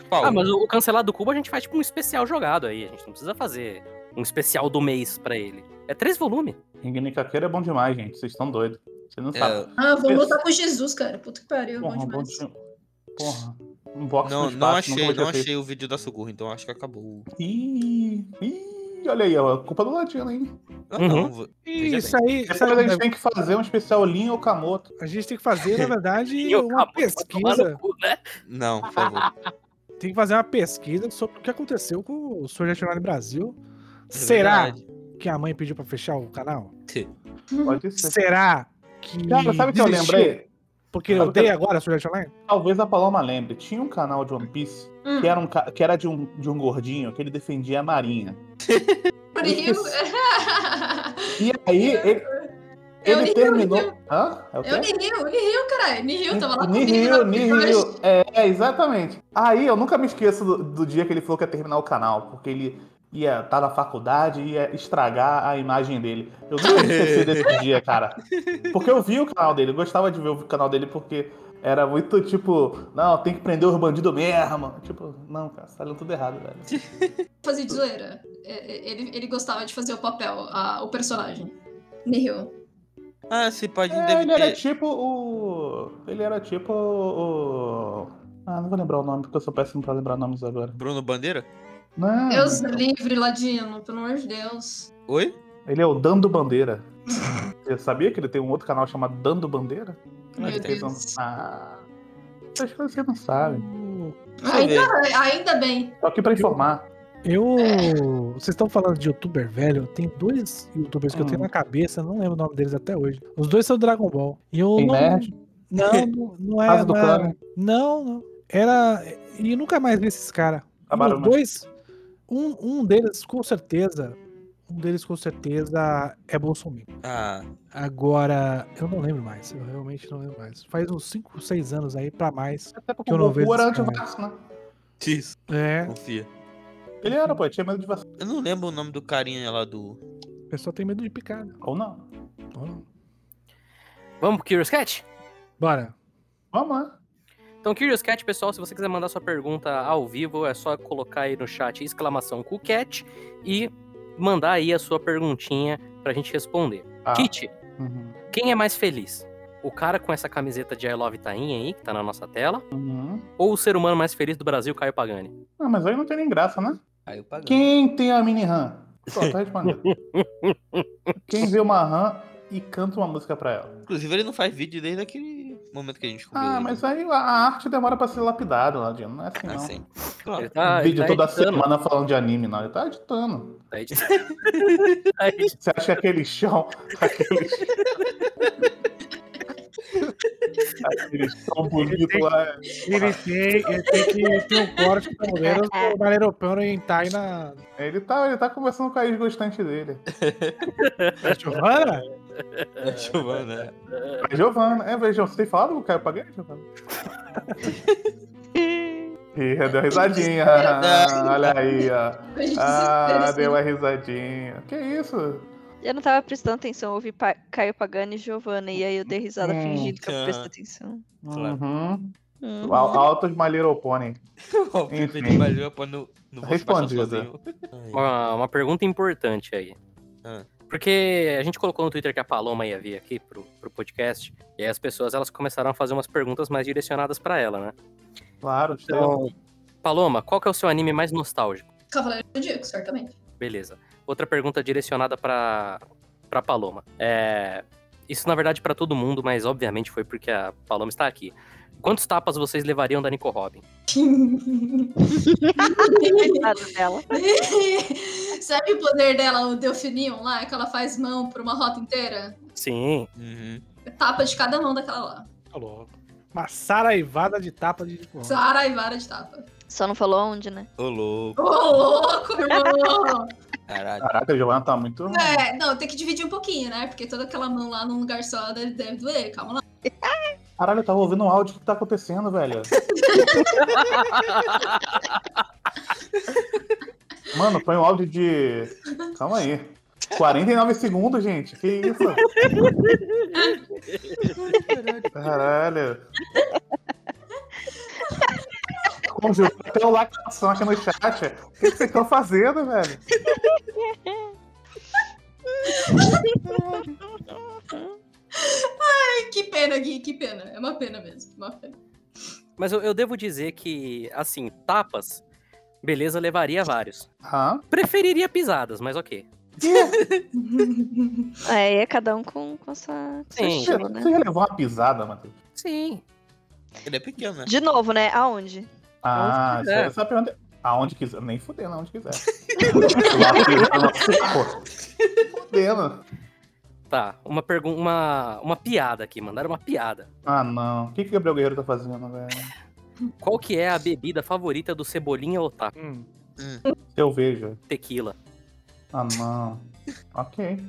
Paulo,
Ah, mas o o cancelado do Cubo a gente faz tipo um especial jogado aí. A gente não precisa fazer um especial do mês pra ele. É três volumes.
Ringue Caqueira é bom demais, gente. Vocês estão doidos. Vocês não
é,
sabem.
Ah, vamos lutar com Jesus, cara. Puta que pariu, bom
Porra, bom
demais.
de... Porra. Um box
não,
no
não
espaço, nunca
achei,
vou
não
ter
achei o vídeo da Sugurra, então acho que acabou.
feito. Ih, ih, olha aí, ó. Culpa do latino, hein?
Ah,
Uhum.
não, vou-
E
Veja
Isso aí, isso aí,
é
Depois a gente tem que fazer um especial Lin ou Kamoto.
a gente tem que fazer, na verdade,
Eu
uma
acabo de tomar
pesquisa.
no cu, né?
não, por favor.
Tem que fazer uma pesquisa sobre o que aconteceu com o Sword Art Online Brasil. Será
É Verdade.
que a mãe pediu pra fechar o canal?
Pode ser.
Será que.
Cara, sabe o que eu
desistiu?
lembrei?
Porque eu
Sabe o que eu-
dei agora Sword Art Online?
Talvez a Paloma lembre. Tinha um canal de One Piece
Hum.
que era, um, ca- que era de, um, de um gordinho que ele defendia a marinha.
Frio.
E aí ele,
Eu
ele
nem
terminou.
eu
Hã? É o quê?
Eu Nihil, Nihil, caralho. Nihil, tava lá com o
Nihil,
menino
Nihil.
lá com
É, é, exatamente. Aí eu nunca me esqueço do, do dia que ele falou que ia terminar o canal, porque ele ia estar na faculdade e ia estragar a imagem dele. Eu nunca me esqueci desse dia, cara. Porque eu vi o canal dele, eu gostava de ver o canal dele porque era muito tipo, não, tem que prender os bandidos mesmo. Tipo, não, cara, você tá lendo tudo errado, velho.
fazer de zoeira. É, é, Ele, ele gostava de fazer o papel, a- o personagem. Nihil.
Ah, se pode,
É,
deve
ele era
ter.
tipo o. Ele era tipo o. Ah, não vou lembrar o nome, porque eu sou péssimo pra lembrar nomes agora.
Bruno Bandeira?
Não,
Deus é livre, Ladino, pelo amor de Deus.
Oi?
ele é o Dando Bandeira. Você sabia que ele tem um outro canal chamado Dando Bandeira?
Como é que
Meu
tá?
Vocês não-
Deus.
Ah, acho que vocês não sabem.
Deixa eu ver.
Ainda, é, ainda bem.
Tô aqui pra informar.
Eu. Vocês estão falando de youtuber velho? Tem dois youtubers que eu tenho
Hum.
na cabeça, não lembro o nome deles até hoje. Os dois são Dragon Ball. E eu
Tem
não.
nerd?
Não, não, não é.
Casa do
não,
Clã,
não, não. Era. E nunca mais vi esses caras.
Acabaram,
Os
né?
dois. Um, um deles, com certeza. Um deles, com certeza, é Bolsonaro.
Ah,
Agora, eu não lembro mais. Eu realmente não lembro mais. Faz uns 5, 6 anos aí pra mais.
Até porque
que eu não
o
vejo
Goku era
esse cara.
antivax, né?
isso.
É,
Confia.
Ele era, pô, ele tinha medo de vacina.
Eu não lembro o nome do carinha lá do.
o pessoal tem medo de picar, né? Então,
Ou não.
Ou não?
Vamos pro Curious Cat?
Bora.
Vamos lá.
Então, Curious Cat, pessoal, se você quiser mandar sua pergunta ao vivo, é só colocar aí no chat exclamação CuCat e mandar aí a sua perguntinha pra gente responder.
Ah,
Kit,
uhum.
quem é mais feliz? O cara com essa camiseta de I Love Tainha aí, que tá na nossa tela,
Uhum.
ou o ser humano mais feliz do Brasil, Caio Pagani?
Ah, mas aí não tem nem graça, né?
Aí eu paguei.
Quem tem a mini RAM? Só tá respondendo. Quem vê uma RAM e canta uma música pra ela.
Inclusive, ele não faz vídeo desde aquele momento que a gente descobriu.
Ah,
ele. né?
mas aí a arte demora pra ser lapidada, Ladino. Não é assim,
Ah,
não.
sim. Claro.
Ele tá, ele
um Vídeo
tá
toda
editando,
semana falando de anime, não. Ele tá editando.
tá editando. Tá editando.
Você acha que aquele chão. Aquele chão. aquele chão bonito lá. é-
Ele tem, ele tem que ter um corte pra mulher do maneiro orientar tá na
Ele tá, ele tá conversando com a ex-gostante dele.
na Giovana?
É, Giovana.
A Giovana. É, vejam, você tem falado com o Caio Pagani, Giovana? Ih, deu risadinha. Ah, Olha aí, ó.
A gente
Ah,
desespera,
deu uma risadinha. Que isso?
Eu não tava prestando atenção, eu ouvi Pa- Caio Pagani e Giovanna, e aí eu dei risada
Hum,
fingindo que eu
tá.
prestei atenção.
Claro.
Uhum.
Hum.
Al- Altos My Little Pony.
O Felipe de Brasil é pra não, não vou se passar
Respondida.
sozinho. Ai,
Uma, uma pergunta importante aí.
Ah.
Porque a gente colocou no Twitter que a Paloma ia vir aqui pro, pro podcast, e aí as pessoas elas começaram a fazer umas perguntas mais direcionadas pra ela, né?
Claro, estrela.
Então, Paloma, qual que é o seu anime mais nostálgico?
Cavaleiro do Zodíaco, certamente.
Beleza. Outra pergunta direcionada pra, pra Paloma. É, isso, na verdade, pra todo mundo, mas obviamente foi porque a Paloma está aqui. Quantos tapas vocês levariam da Nico Robin?
Coitado dela.
Sabe o poder dela, o Delfinion lá, que ela faz mão por uma rota inteira? É
Sim.
Uhum.
Tapa de cada mão daquela lá.
Tá louco. Uma saraivada de tapa de Giovana.
Saraivara é de tapa.
Só não falou onde, né?
Ô, louco,
Ô, louco, meu irmão!
caralho.
Caraca, a Giovana tá muito.
É, não, tem que dividir um pouquinho, né? Porque toda aquela mão lá num lugar só deve, deve doer, calma lá.
Caralho, eu tava ouvindo um áudio. O que tá acontecendo, velho? Mano, foi um áudio de. Calma aí. 49 segundos, gente. Que isso? Caralho. Conjurou até o lacração aqui no chat. O que que vocês estão fazendo, velho?
Ai, que pena, Gui, que pena. É uma pena mesmo, uma pena.
Mas eu, eu devo dizer que, assim, tapas, beleza, levaria vários.
Hã?
Preferiria pisadas, mas ok.
Aí é cada um com, com sua, com seu
Sim.
Você
estilo, né?
você já levou uma pisada, Matheus?
Sim.
Ele é pequeno, né?
De novo, né? Aonde?
Ah,
Aonde
essa,
quiser.
essa pergunta é- Aonde quiser. Nem fudendo, aonde quiser. Lá fudendo, lá fudendo. Fudendo.
Tá, uma pergunta, uma, uma piada aqui, mandaram uma piada.
Ah, não. O que, que o Gabriel Guerreiro tá fazendo, velho?
Qual que é a bebida favorita do Cebolinha Otaku?
Hum.
Eu vejo.
Tequila.
Ah, não. Ok.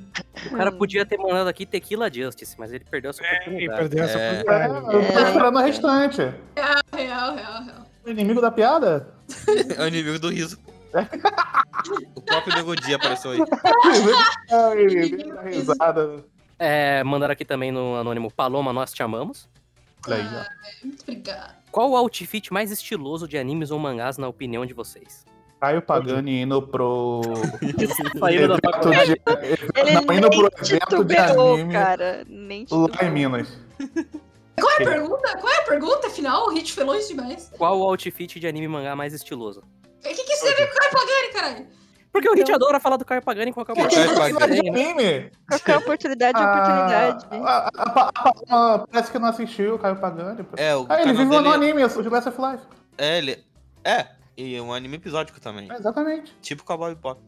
O cara podia ter mandado aqui Tequila Justice, mas ele perdeu essa
Ele
oportunidade.
perdeu essa
É.
É,
oportunidade.
eu tô esperando o restante.
Real, real, real.
O inimigo da piada?
É o inimigo do riso. o próprio Negodia apareceu aí.
É o inimigo da risada.
É, mandaram aqui também no anônimo Paloma, nós te amamos.
Olha aí, ó.
Muito obrigada.
Qual o outfit mais estiloso de animes ou mangás, na opinião de vocês?
Caio Pagani indo pro.
Saindo da
evento
faculdade.
de-
Ele
Não, indo pro
nem
evento de
titubeou,
anime
cara. Nem
lá em
titubeou.
Minas.
Qual é a pergunta? Qual é a pergunta? Afinal, o hit foi longe demais.
Qual o outfit de anime e mangá mais estiloso?
O que, que isso você viu o Caio Pagani, caralho?
Porque o Hit adora falar do Caio Pagani com a
Por que
Pagani.
ele não se imagina
né?
anime?
Qualquer oportunidade é
Ah.
oportunidade.
A, a, a, a, a- parece que não assistiu, Caio Pagani. pô.
É, o
Ah, ele
canal
vive no
dele.
anime, o Glass of Life.
É, ele. É, e é um anime episódico também.
É, exatamente.
Tipo Cowboy Pop.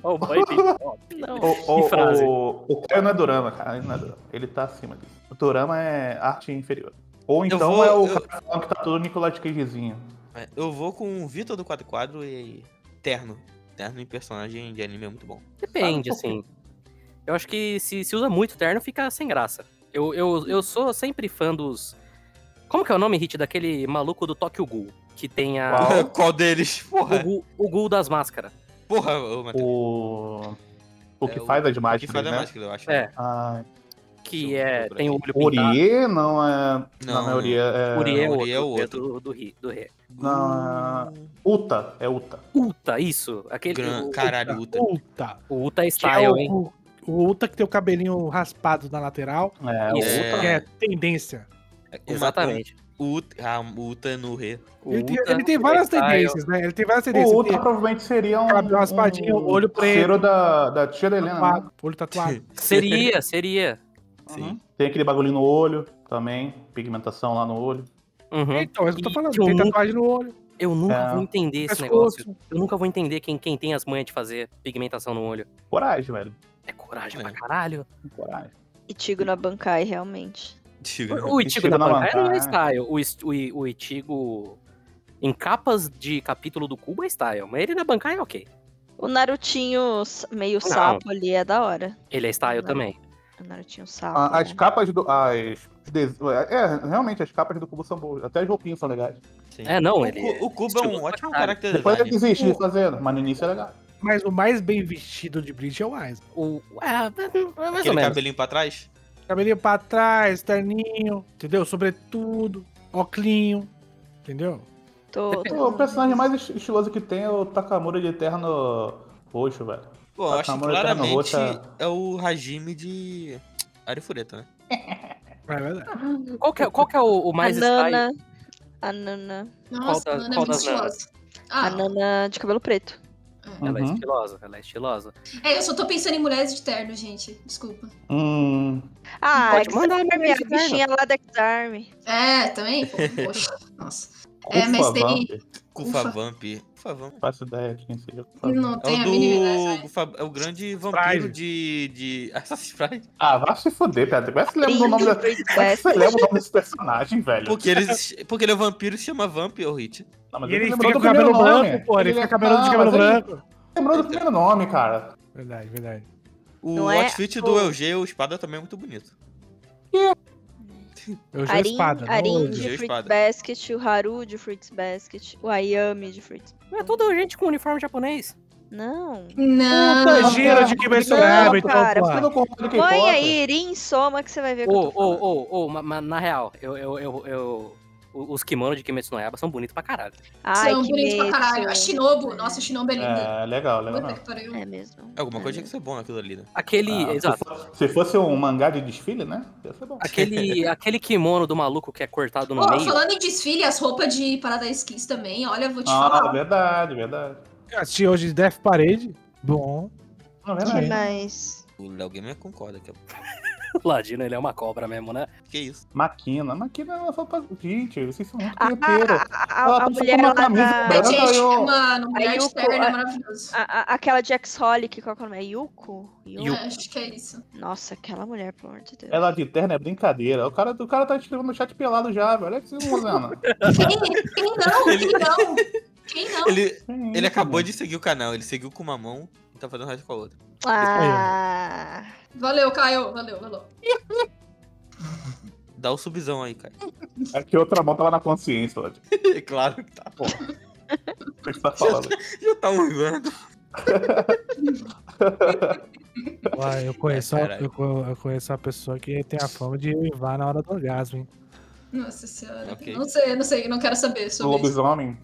Cowboy Bebop.
O, o,
Que frase.
o, o Caio não é Dorama, cara. Ele não é Dorama. Ele tá acima disso. O Dorama é arte inferior. Ou então
vou-
é o
eu-
cara falando que tá todo Nicolas Cagezinho.
É, Eu vou com o Vitor do 4 Quadro e Terno. Terno em personagem de anime é muito bom.
Depende,
Fala um
assim. Eu acho que se, se usa muito terno, fica sem graça. Eu, eu, eu sou sempre fã dos. Como que é o nome, Hit, daquele maluco do Tokyo Ghoul? Que tem a.
Qual?
Qual deles?
O
Porra,
Ghoul, o Ghoul das máscaras.
porra, ô, Matheus.
O. O que
É,
faz as
O que
mágicas,
faz a
né?
máscara, eu acho.
É.
Ah,
Que
Deixa eu
é.
procurar
Tem o olho pintado.
Orie não é.
Não,
Não, não
não.
é
né?
Orie. É...
Uri é o
Uri é o
outro, é
outro.
do, do, Ri- do Ré.
Não,
Hum.
é- Uta, é Uta.
Uta, isso. Aquele,
Gran-
o,
Caralho, Uta.
Puta.
o Uta
Que é
Style, hein?
o, o Uta que tem o cabelinho raspado na lateral.
É,
Isso.
Uta.
Que é tendência.
Uma-
Exatamente.
O Uta, ah, o Uta no Re.
O
Ele tem,
Uta, é,
ele tem várias
Style.
tendências, né? Ele tem várias tendências.
O
Ele
Uta provavelmente seria um.
Cabelo raspadinho,
um
olho preto.
parceiro da, da tia da
tem
Helena. Né?
tatuado, olho tatuado.
Seria, seria.
Uhum.
Sim.
Tem aquele bagulho no olho também, pigmentação lá no olho.
Uhum.
Então, é isso que eu tô
E
falando.
eu
Tem
nunca-
tatuagem no olho.
Eu nunca
É.
vou entender esse
pescoço.
negócio. Eu nunca vou entender quem, quem tem as manhas de fazer pigmentação no olho.
Coragem, velho.
É coragem
É.
pra caralho.
Coragem.
Itigo na Bankai, realmente.
Diga.
O, o Itigo
Ichigo
da
na
Bancaia não é
bancada,
style. O, is- o, i- o Itigo em capas de capítulo do Cubo é style. Mas ele na Bancaia é ok.
O Narutinho s- meio sapo ali é da hora.
Ele é style
Não.
também.
O Narutinho sapo.
A- as
né?
capas do. As, os des- é, realmente, as capas do cubo são boas. Até as roupinhas são legais.
Sim.
É, não,
O
ele.
Cu- O Cuba é um
estiloso pra
ótimo
caralho.
character
Depois ele
design.
desiste de fazer, mas no início é legal.
Mas o mais bem vestido de Bleach é o Aizen.
O, é, é mais ou
Aquele
menos.
cabelinho pra trás.
Cabelinho pra trás, terninho, entendeu? Sobretudo, oclinho, entendeu?
Tô,
Pô, É, O
tô...
personagem mais est- estiloso que tem é o Takamura de Eterno Roxo, velho.
Bom, eu acho que
Takamura tá no
claramente
rosto,
é o Hajime de Arifureta, né?
É verdade.
Qual que é, qual que é o, o
A
mais style?
Nana. A Nana.
Nossa,
Qual
mano,
das-
é
qual
muito
das nanas?
estilosa. Ah,
A Nana de cabelo preto.
Ela é
Uhum.
estilosa, ela é estilosa.
é, eu só tô pensando em mulheres de terno, gente. Desculpa.
Hum.
Ah,
Pode
é que
mandar
essa
uma
minha
mensagem.
bichinha lá da X Army.
É, também? Pô, Poxa, nossa. É, mas
Kufa
tem-
Vamp,
Kufa
Ufa.
Vamp. Kufa Vamp.
Faço ideia de quem seja. Kufa Vamp.
Não
É
tem a mínima né? ideia.
o do. Gufa- É o grande
Sprite.
vampiro de. de. Assassin's Creed.
Ah, vai se fuder, Pedro. Como é que você lembra do nome da... Como é que você lembra o nome desse personagem, velho?
Porque ele, porque ele é vampiro e se chama Vamp, ô Hit.
Não, mas
E ele
lembrou
fica com
do primeiro
cabelo branco,
nome.
pô. Ele fica cabelando de
Não,
cabelo
mas ele
branco.
Lembrou do primeiro nome, cara.
Verdade, verdade.
O
Não é
outfit
o-
do Eugeu Espada também é muito bonito.
Eu jogo
Arin,
espada. não
Arin
eu-
Gil
de Fruits
Espada.
Basket, o Haru de Fruits Basket, o Ayami de Fruits
É toda gente com uniforme japonês.
Não.
Não.
Puta, gira de Kimetsu no Yaiba, então,
cara,
pô.
Você não concorda com
Põe
K-pop?
aí, Irin Soma, que você vai ver que
Ô,
eu tô
ô,
falando.
ô, ô, ma- ma- na real, eu, eu, eu, eu- o- os kimonos de Kimetsu no Yaiba são bonitos pra caralho.
Ai,
são
que
bonitos pra
medo.
caralho. A Shinobu, nossa, a Shinobu é linda.
É, legal, legal.
Puta
mesmo.
que pariu.
É mesmo.
Alguma coisa
É
tinha que
mesmo.
ser bom naquilo ali, né?
Aquele,
Ah,
exato,
Se fosse, se fosse um mangá de desfile, né? Ia ser bom.
aquele, aquele kimono do maluco que é cortado no
Ó,
meio.
falando em desfile, as roupas de Paradise Kiss também, olha, vou te
Ah,
falar.
verdade, verdade.
Eu assisti hoje Death Parade. Bom.
Não,
Que
é
é
verdade.
mais?
O Léo Gamer concorda que é.
O Ladino, ele é uma cobra mesmo, né?
Que isso?
Maquina. Maquina é uma roupa. Gente, vocês são muito
A,
punheteiros.
a- a-
Ela
a
tá só com
mulher
uma
lá
camisa
Mas,
branca.
da...
Ela
gente,
ganhou-
mano, mulher de
Yuko,
terno é
a-
maravilhoso.
a- a- aquela Jax Holic, qual que é o nome? É Yuko? Yuko?
É, acho que é isso.
Nossa, aquela mulher, pelo amor de Deus.
Ela de terno é brincadeira. O cara, o cara tá escrevendo no chat pelado já, velho. É Olha que vocês não usando.
Quem, quem não? Quem
Ele-
não? Quem não?
Ele,
É
ele acabou de seguir o canal, ele seguiu com uma mão e tá fazendo rádio com a outra.
Ah,
Valeu, Caio. Valeu, valeu.
Dá o subzão aí, cara.
É que outra mão tava na consciência, Lodi.
É claro que tá.
O que você tá falando?
Já tá urvando.
Uai,
É,
eu conheço,
Ai, caralho.
eu, co- eu conheço uma pessoa que tem a fama de uivar na hora do orgasmo, hein?
Nossa senhora.
Ok.
Não sei, não sei, não quero saber
O
sobre isso.
lobisomem.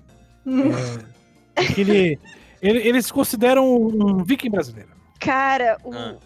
Hum.
É, é que ele, ele- eles se consideram um viking brasileiro.
cara, o,
Ah.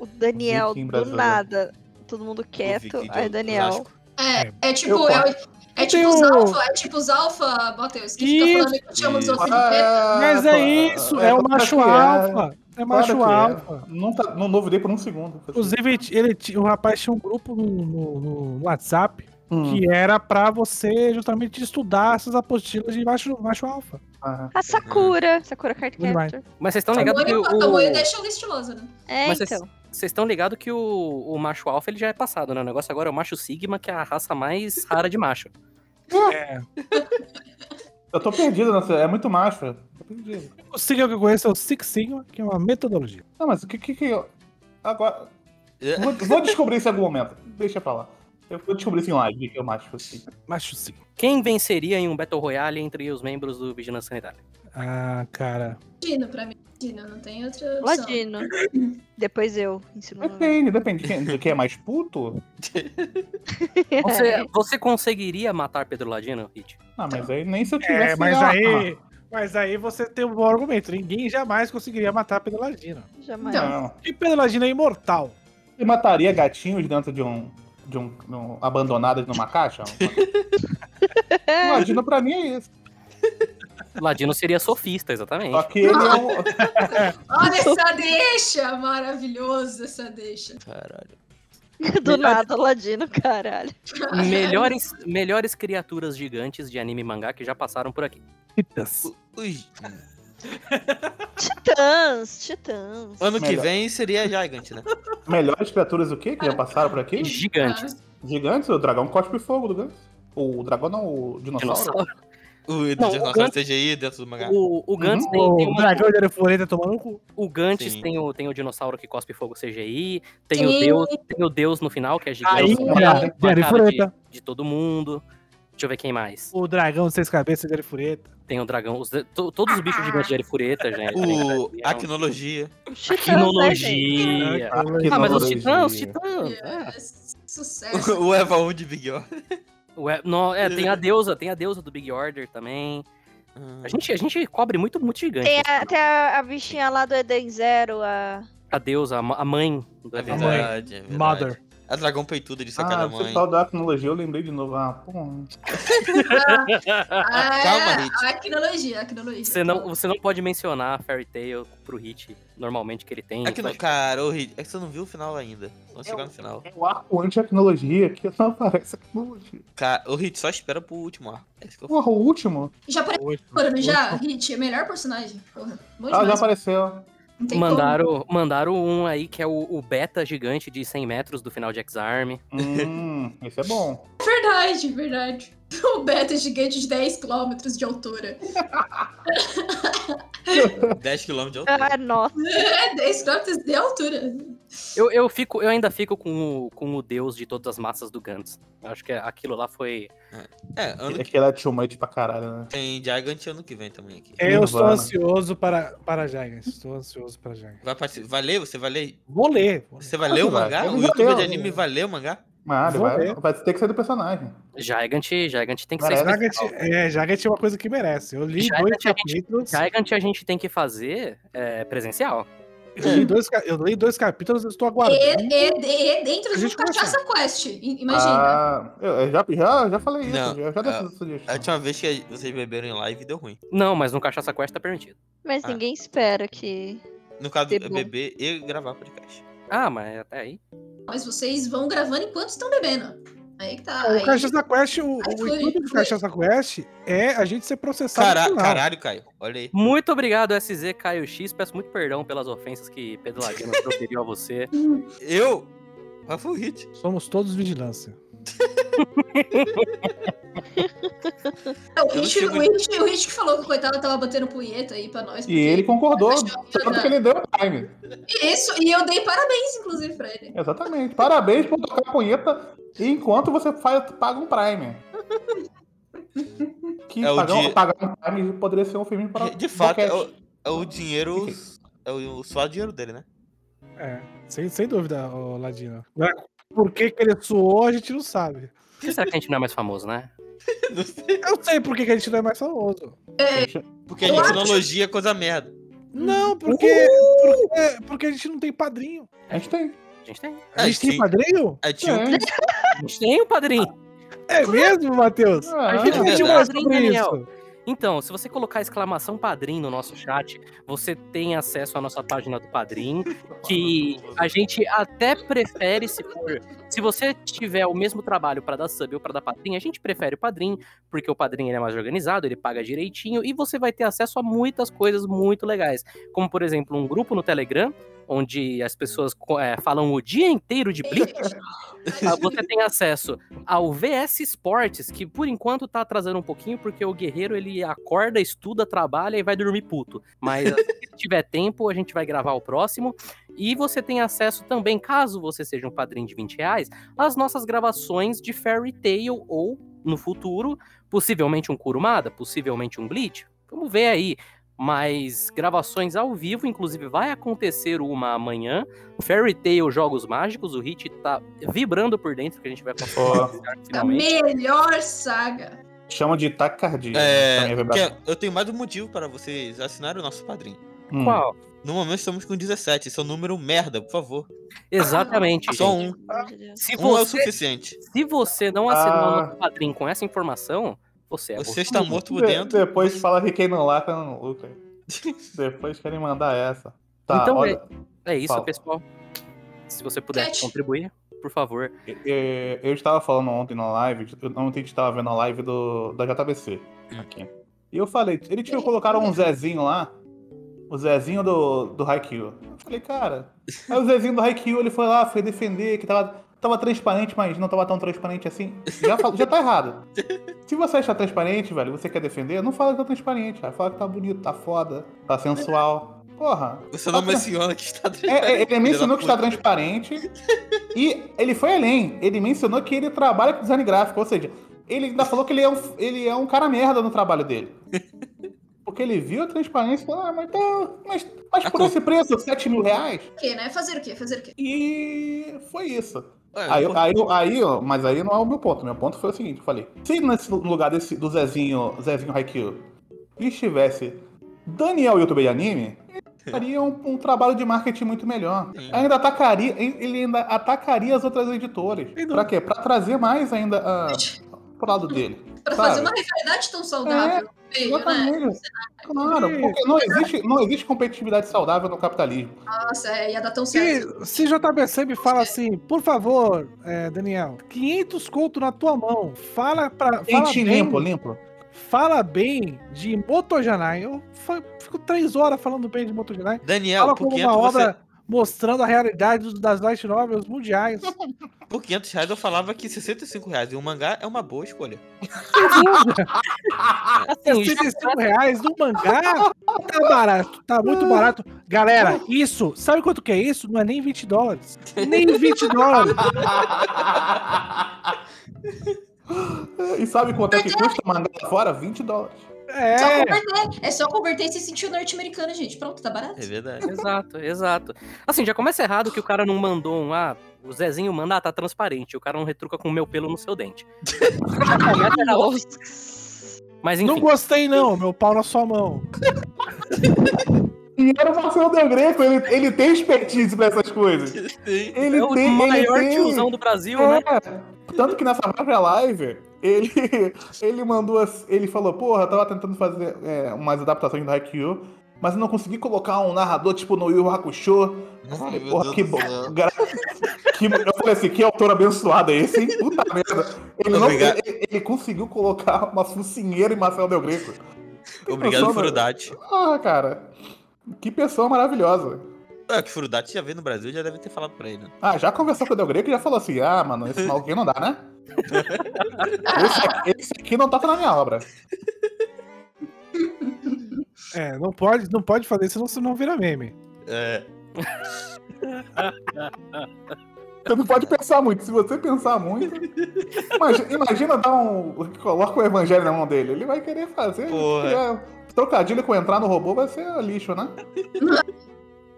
o Daniel,
Viking
do
brasileiro.
nada, todo mundo
O
quieto,
Vicky de
aí Daniel...
Osasco.
É, é tipo,
Eu
é, o- é É tipo
tem
os
o-
alfa, é tipo os alfa, Matheus, que fica falando que eu chamo
Ah,
os outros de
Ah,
beta.
Mas é isso, é o macho alfa. É macho alfa.
Não, tá, não duvidei por um segundo.
Inclusive, ele, ti- o rapaz tinha um grupo no, no- no WhatsApp
Hum,
que era pra você justamente estudar essas apostilas de macho, macho alfa.
ah.
A Sakura, Sakura Card
Muito bem.
Captor.
Mas vocês estão
A
ligados que
Moe-
o.
a Moe deixa ele estiloso, né?
É,
Mas
então.
Vocês estão ligados que o, o macho alfa ele já é passado, né? O negócio agora é o macho sigma, que é a raça mais rara de macho.
É.
Eu tô perdido, nessa, é muito macho. Tô perdido.
O sigma que eu conheço é o Six Sigma, que é uma metodologia.
Não, mas o que que, que eu... Agora...
É.
Vou, vou descobrir isso em algum momento. Deixa pra lá. Eu vou descobrir isso em live, que eu macho. Assim.
Macho Sigma.
Quem venceria em um Battle Royale entre os membros do Vigilância Sanitária?
Ah, cara.
Dino, pra mim. Dino, não tem outra opção.
Ladino. Depois eu, em segundo lugar.
Depende, depende. de Quem, de quem é mais puto?
Você, você conseguiria matar Pedro Ladino, Hit?
Ah, mas aí nem se eu tivesse...
É, mas
lá.
aí. Mas aí você tem um bom argumento. Ninguém jamais conseguiria matar a Pedaladina.
Jamais.
Não.
E Pedaladina é imortal.
Você mataria gatinhos dentro de um. De um, de um- abandonadas numa caixa? Imagina pra mim é isso.
Ladino seria sofista,
Só
exatamente.
que ele é um.
Olha essa deixa! Maravilhoso essa deixa.
Caralho.
Do nada, Ladino, caralho.
Melhores, melhores criaturas gigantes de anime e mangá que já passaram por aqui.
Titas.
Os-
Titãs, titãs.
Ano que
Melhor.
vem seria Gigant, né?
Melhores criaturas o quê? Que já passaram por aqui?
tá?
Gigantes.
Gigantes? O dragão cospe fogo do Gantz. O dragão não, o dinossauro.
Dinossauro.
O
Não, o
dinossauro CGI dentro do mangá.
O, o Gantz tem, tem
O
uma-
dragão de Arifureta tomando no cu.
O Gantes
Sim.
tem o, tem o dinossauro que cospe fogo CGI, tem o,
Sim.
Deus, tem o Deus no final, que é
A
gigante, com a
Índia de
cara de,
Arifureta.
de todo mundo. Deixa eu ver quem mais.
O dragão de seis cabeças de Arifureta.
Tem o dragão, os- to- todos os bichos gigantes de Arifureta, gente.
O
Tem o dragão.
Acnologia.
né, gente?
Quinologia. Ah, mas os
Tecnologia.
titãs, os titãs.
É, Sucesso.
O Eva 1 de Big O.
Ué, não, é, tem a deusa, tem a deusa do Big Order também.
Ah,
A gente, a gente cobre muito, muito gigante.
Tem a- tem a, a bichinha lá do Eden Zero, a.
A deusa, a, ma- a mãe do
É
Eden
mãe.
Zero.
verdade, é verdade.
Mother.
A dragão peituda de sacada
Ah,
da
você
é mãe.
pessoal da tecnologia, eu lembrei de novo. Ah, pô.
Ah,
Calma,
é,
Hit.
a Acnologia, a acnologia.
Você não, você não pode mencionar a Fairy Tail pro hit normalmente que ele tem.
É que não,
Mas-
cara, ô, Hit, é que você não viu o final ainda. Vamos chegar no final.
É o arco anti-tecnologia que não aparece tecnologia.
Cara, o Hit só espera pro último arco. É isso que eu falo.
Porra, o último?
Já apareceu, mano, já? Hit, é melhor personagem. Porra, um bom
Ah, já
um.
demais.
apareceu.
Não tem
Mandaram, mandaram um aí que é o, o beta gigante de 100 metros do final de X-Arm.
Hum, esse é bom.
como. Verdade, verdade. O beta gigante de 10 km de altura.
10km de altura.
Ah, nossa.
É 10 km de altura.
Eu, eu, fico, eu ainda fico com o, com o deus de todas as massas do Gantz. Eu acho que aquilo lá foi.
É, ano
É
que
que ela é teammate pra caralho, né?
tem Gigant ano que vem também
É.
aqui.
Eu estou
Nirvana.
ansioso para, para Jagas. Estou ansioso para Jagas.
Vai, participar- vai ler? Você vai ler?
Vou ler. vou ler.
Você vai ler o
Vai,
mangá?
eu
O
vou
youtuber de
ler,
anime
eu-
vai ler o mangá?
Ah, ele
Vou
vai,
ver.
vai ter que ser do personagem.
Gigant, Gigant tem que ser.
Cara,
especial.
Jagat, é, Jagat é uma coisa que merece. Eu li
Jagat,
dois
a gente-
capítulos.
Gigant é a gente tem que fazer é, presencial.
Eu li dois, ca- eu li dois capítulos eu estou
E,
aguardando.
e- e dentro
A
de um
gente começou.
cachaça quest. i- Imagina.
Ah, eu, eu já, já, já falei isso,
Não,
eu já
ah,
dei essa sugestão.
A última vez que vocês beberam em live deu ruim.
Não, mas no Cachaça Quest tá permitido.
Mas
Ah.
ninguém espera que.
No caso,
Bebeu.
beber e gravar podcast.
Ah, mas até aí.
Mas vocês vão gravando enquanto estão bebendo. Aí que tá.
É, O
aí-
Cachaça Quest, o, o
foi,
intuito do
foi.
Cachaça Quest é a gente ser processado.
Cara,
no final.
caralho, Caio. Olha aí.
Muito obrigado, SZ Caio X. Peço muito perdão pelas ofensas que Pedro Ladino proferiu a você.
Eu? Mas foi o hit.
Somos todos vigilância.
Não, tá, o,
Eu não
Rich,
chego-
o, Rich, o Rich que falou que o coitado tava batendo punheta aí pra nós.
E ele concordou, tanto que ele deu o time.
Isso, e eu dei parabéns, inclusive, pra ele.
Exatamente. Parabéns por tocar punheta enquanto você faz, paga um Prime. Que
É o
pagar,
dia-
pagar um Prime poderia ser um filme para.
De fato, é
podcast.
o, é o dinheiro. É o, só o dinheiro dele, né?
É, sem, sem dúvida, ô Ladino. Agora, por que, que ele suou, a gente não sabe.
Por que será que a gente não é mais famoso, né?
Eu sei por que, que a gente não é mais famoso.
Porque a
Eu acho-
tecnologia é coisa merda.
Não, porque, porque, porque a gente não tem padrinho.
A gente tem.
A gente tem.
A gente tem padrinho?
É, tinha um-
Tem.
A gente tem o padrinho.
É mesmo, Matheus?
Ah,
a gente
é
pediu mais
verdade,
sobre
Daniel.
isso.
Então, se você colocar exclamação padrinho no nosso chat, você tem acesso à nossa página do padrinho,
é.
que a gente até prefere se for. Se você tiver o mesmo trabalho para dar sub ou para dar padrinho, a gente prefere o padrinho, porque o padrinho ele é mais organizado, ele paga direitinho e você vai ter acesso a muitas coisas muito legais, como por exemplo um grupo no Telegram. Onde as pessoas co- eh, falam o dia inteiro de Blitz,
é
ah, você tem acesso ao VS Sports, que por enquanto tá atrasando um pouquinho, porque o guerreiro ele acorda, estuda, trabalha e vai dormir puto. Mas assim que tiver tempo, a gente vai gravar o próximo. E você tem acesso também, caso você seja um padrinho de 20 reais, às nossas gravações de Fairy Tail ou, no futuro, possivelmente um Kurumada, possivelmente um Bleach. Vamos ver aí. Mas gravações ao vivo, inclusive vai acontecer uma amanhã. Fairy Tail Jogos Mágicos, o Hit tá vibrando por dentro, que a gente vai conseguir
Ó.
realizar
A
finalmente.
melhor saga.
Chama de taquicardia. né?
É,
Também vibração.
que eu tenho mais um motivo para vocês assinarem o nosso padrinho.
Hum.
Qual?
No momento estamos com 17, esse é um número merda, por favor.
Exatamente.
Só
gente.
um.
Pelo amor de Deus.
Se
Um é o
você,
suficiente.
se você não assinou o
Ah.
nosso padrinho com essa informação, você é
Você está morto por
De-
dentro.
Depois fala que quem não lá tá no lucro. Depois querem mandar essa. Tá,
Então,
olha,
É isso,
Fala.
pessoal. Se você puder
Cat.
contribuir, por favor.
é, eu estava falando ontem na live, eu- ontem a gente estava vendo a live do, da JBC aqui. E eu falei, eles tipo, colocaram um Zezinho lá, o Zezinho do, do Haikyuu. Eu falei, cara, aí o Zezinho do Haikyuu, ele foi lá, foi defender, que tava, tava transparente, mas não tava tão transparente assim. Já, fal- já tá errado. Se você achar transparente, velho, você quer defender, não fala que tá transparente, cara. Fala que tá bonito, tá foda, tá sensual. Porra.
Você não
tá
menciona que está
É, é, ele mencionou que
Filha da
está
puta.
transparente. E ele foi além. Ele mencionou que ele trabalha com design gráfico. Ou seja, ele ainda falou que ele é um, ele é um cara merda no trabalho dele. Porque ele viu a transparência e falou, ah, mas, tá- mas, mas por esse preço, 7 mil reais?
O quê, né? Fazer o quê? Fazer o quê?
E foi isso.
Ué,
Aí,
porra,
aí, aí, ó, mas aí não é o meu ponto. Meu ponto foi o seguinte, eu falei, se nesse lugar desse, do Zezinho, Zezinho Haikyuu estivesse Daniel Youtuber de Anime, ele faria um, um trabalho de marketing muito melhor.
Sim.
Ainda atacaria, ele ainda atacaria as outras editoras.
Sem dúvida.
Pra quê? Pra trazer mais ainda ah, pro lado dele.
Pra
Sabe?
fazer uma rivalidade tão saudável. no meio, né?
É, Exatamente. Claro, porque não existe, não existe competitividade saudável no capitalismo.
Nossa, é, ia dar tão certo.
Se, se JBC me fala assim, por favor, é, Daniel, 500 conto na tua mão, fala pra. Fala
Gente,
bem,
limpo, limpo.
fala bem de Motojanai. Eu fa- fico três horas falando bem de Motojanai.
Daniel,
Fala
por
como
500,
uma
você-
obra mostrando a realidade dos- das light novels mundiais.
por 500 reais eu falava que 65 reais e um mangá é uma boa escolha.
Assim, já-
65 reais no mangá tá barato, tá muito barato. Galera, isso, sabe quanto que é isso? Não é nem 20 dólares. Nem 20 dólares.
E sabe quanto é que custa mandar fora? 20 dólares.
Só
É.
converter. É só converter e se sentir norte-americano, gente. Pronto, tá barato.
É verdade.
exato, exato. Assim, já começa errado que o cara não mandou um. Ah, o Zezinho manda, ah, tá transparente. O cara não retruca com o meu pelo no seu dente. Já começa errado. Mas
Não
enfim,
gostei, não, meu pau na sua mão.
E era o Marcelo Del Greco, ele, ele tem expertise pra essas coisas.
Sim.
Ele
é o
tem. Ele
maior
tem...
tiozão do Brasil, né?
É. Tanto que nessa própria live, ele, ele mandou. as- Ele falou, porra, eu tava tentando fazer é, umas adaptações do Haikyuu, mas eu não consegui colocar um narrador tipo no Yu Yu Hakusho. Eu falei,
Meu
porra,
Deus
que
do
bom.
céu.
Gra- Que, eu falei assim, que autor abençoado é esse, hein? Puta merda. Ele, não,
Obrigado.
ele, ele conseguiu colocar uma focinheira em Marcelo Del Greco.
Obrigado,
Só-
Furudati.
Ah, cara. Que pessoa maravilhosa.
É, que Furudati já veio no Brasil, já deve ter falado pra ele. né?
Ah, já conversou com o Del Greco e já falou assim: ah, mano, esse maluquinho não dá, né? esse, aqui, esse aqui não toca na minha obra.
É, não pode, não pode fazer, senão você não vira meme.
É.
Você não pode pensar muito. Se você pensar muito. Imagina, imagina dar um. Coloca o evangelho na mão dele. Ele vai querer fazer.
Porra.
é, trocadilho com entrar no robô vai ser lixo, né?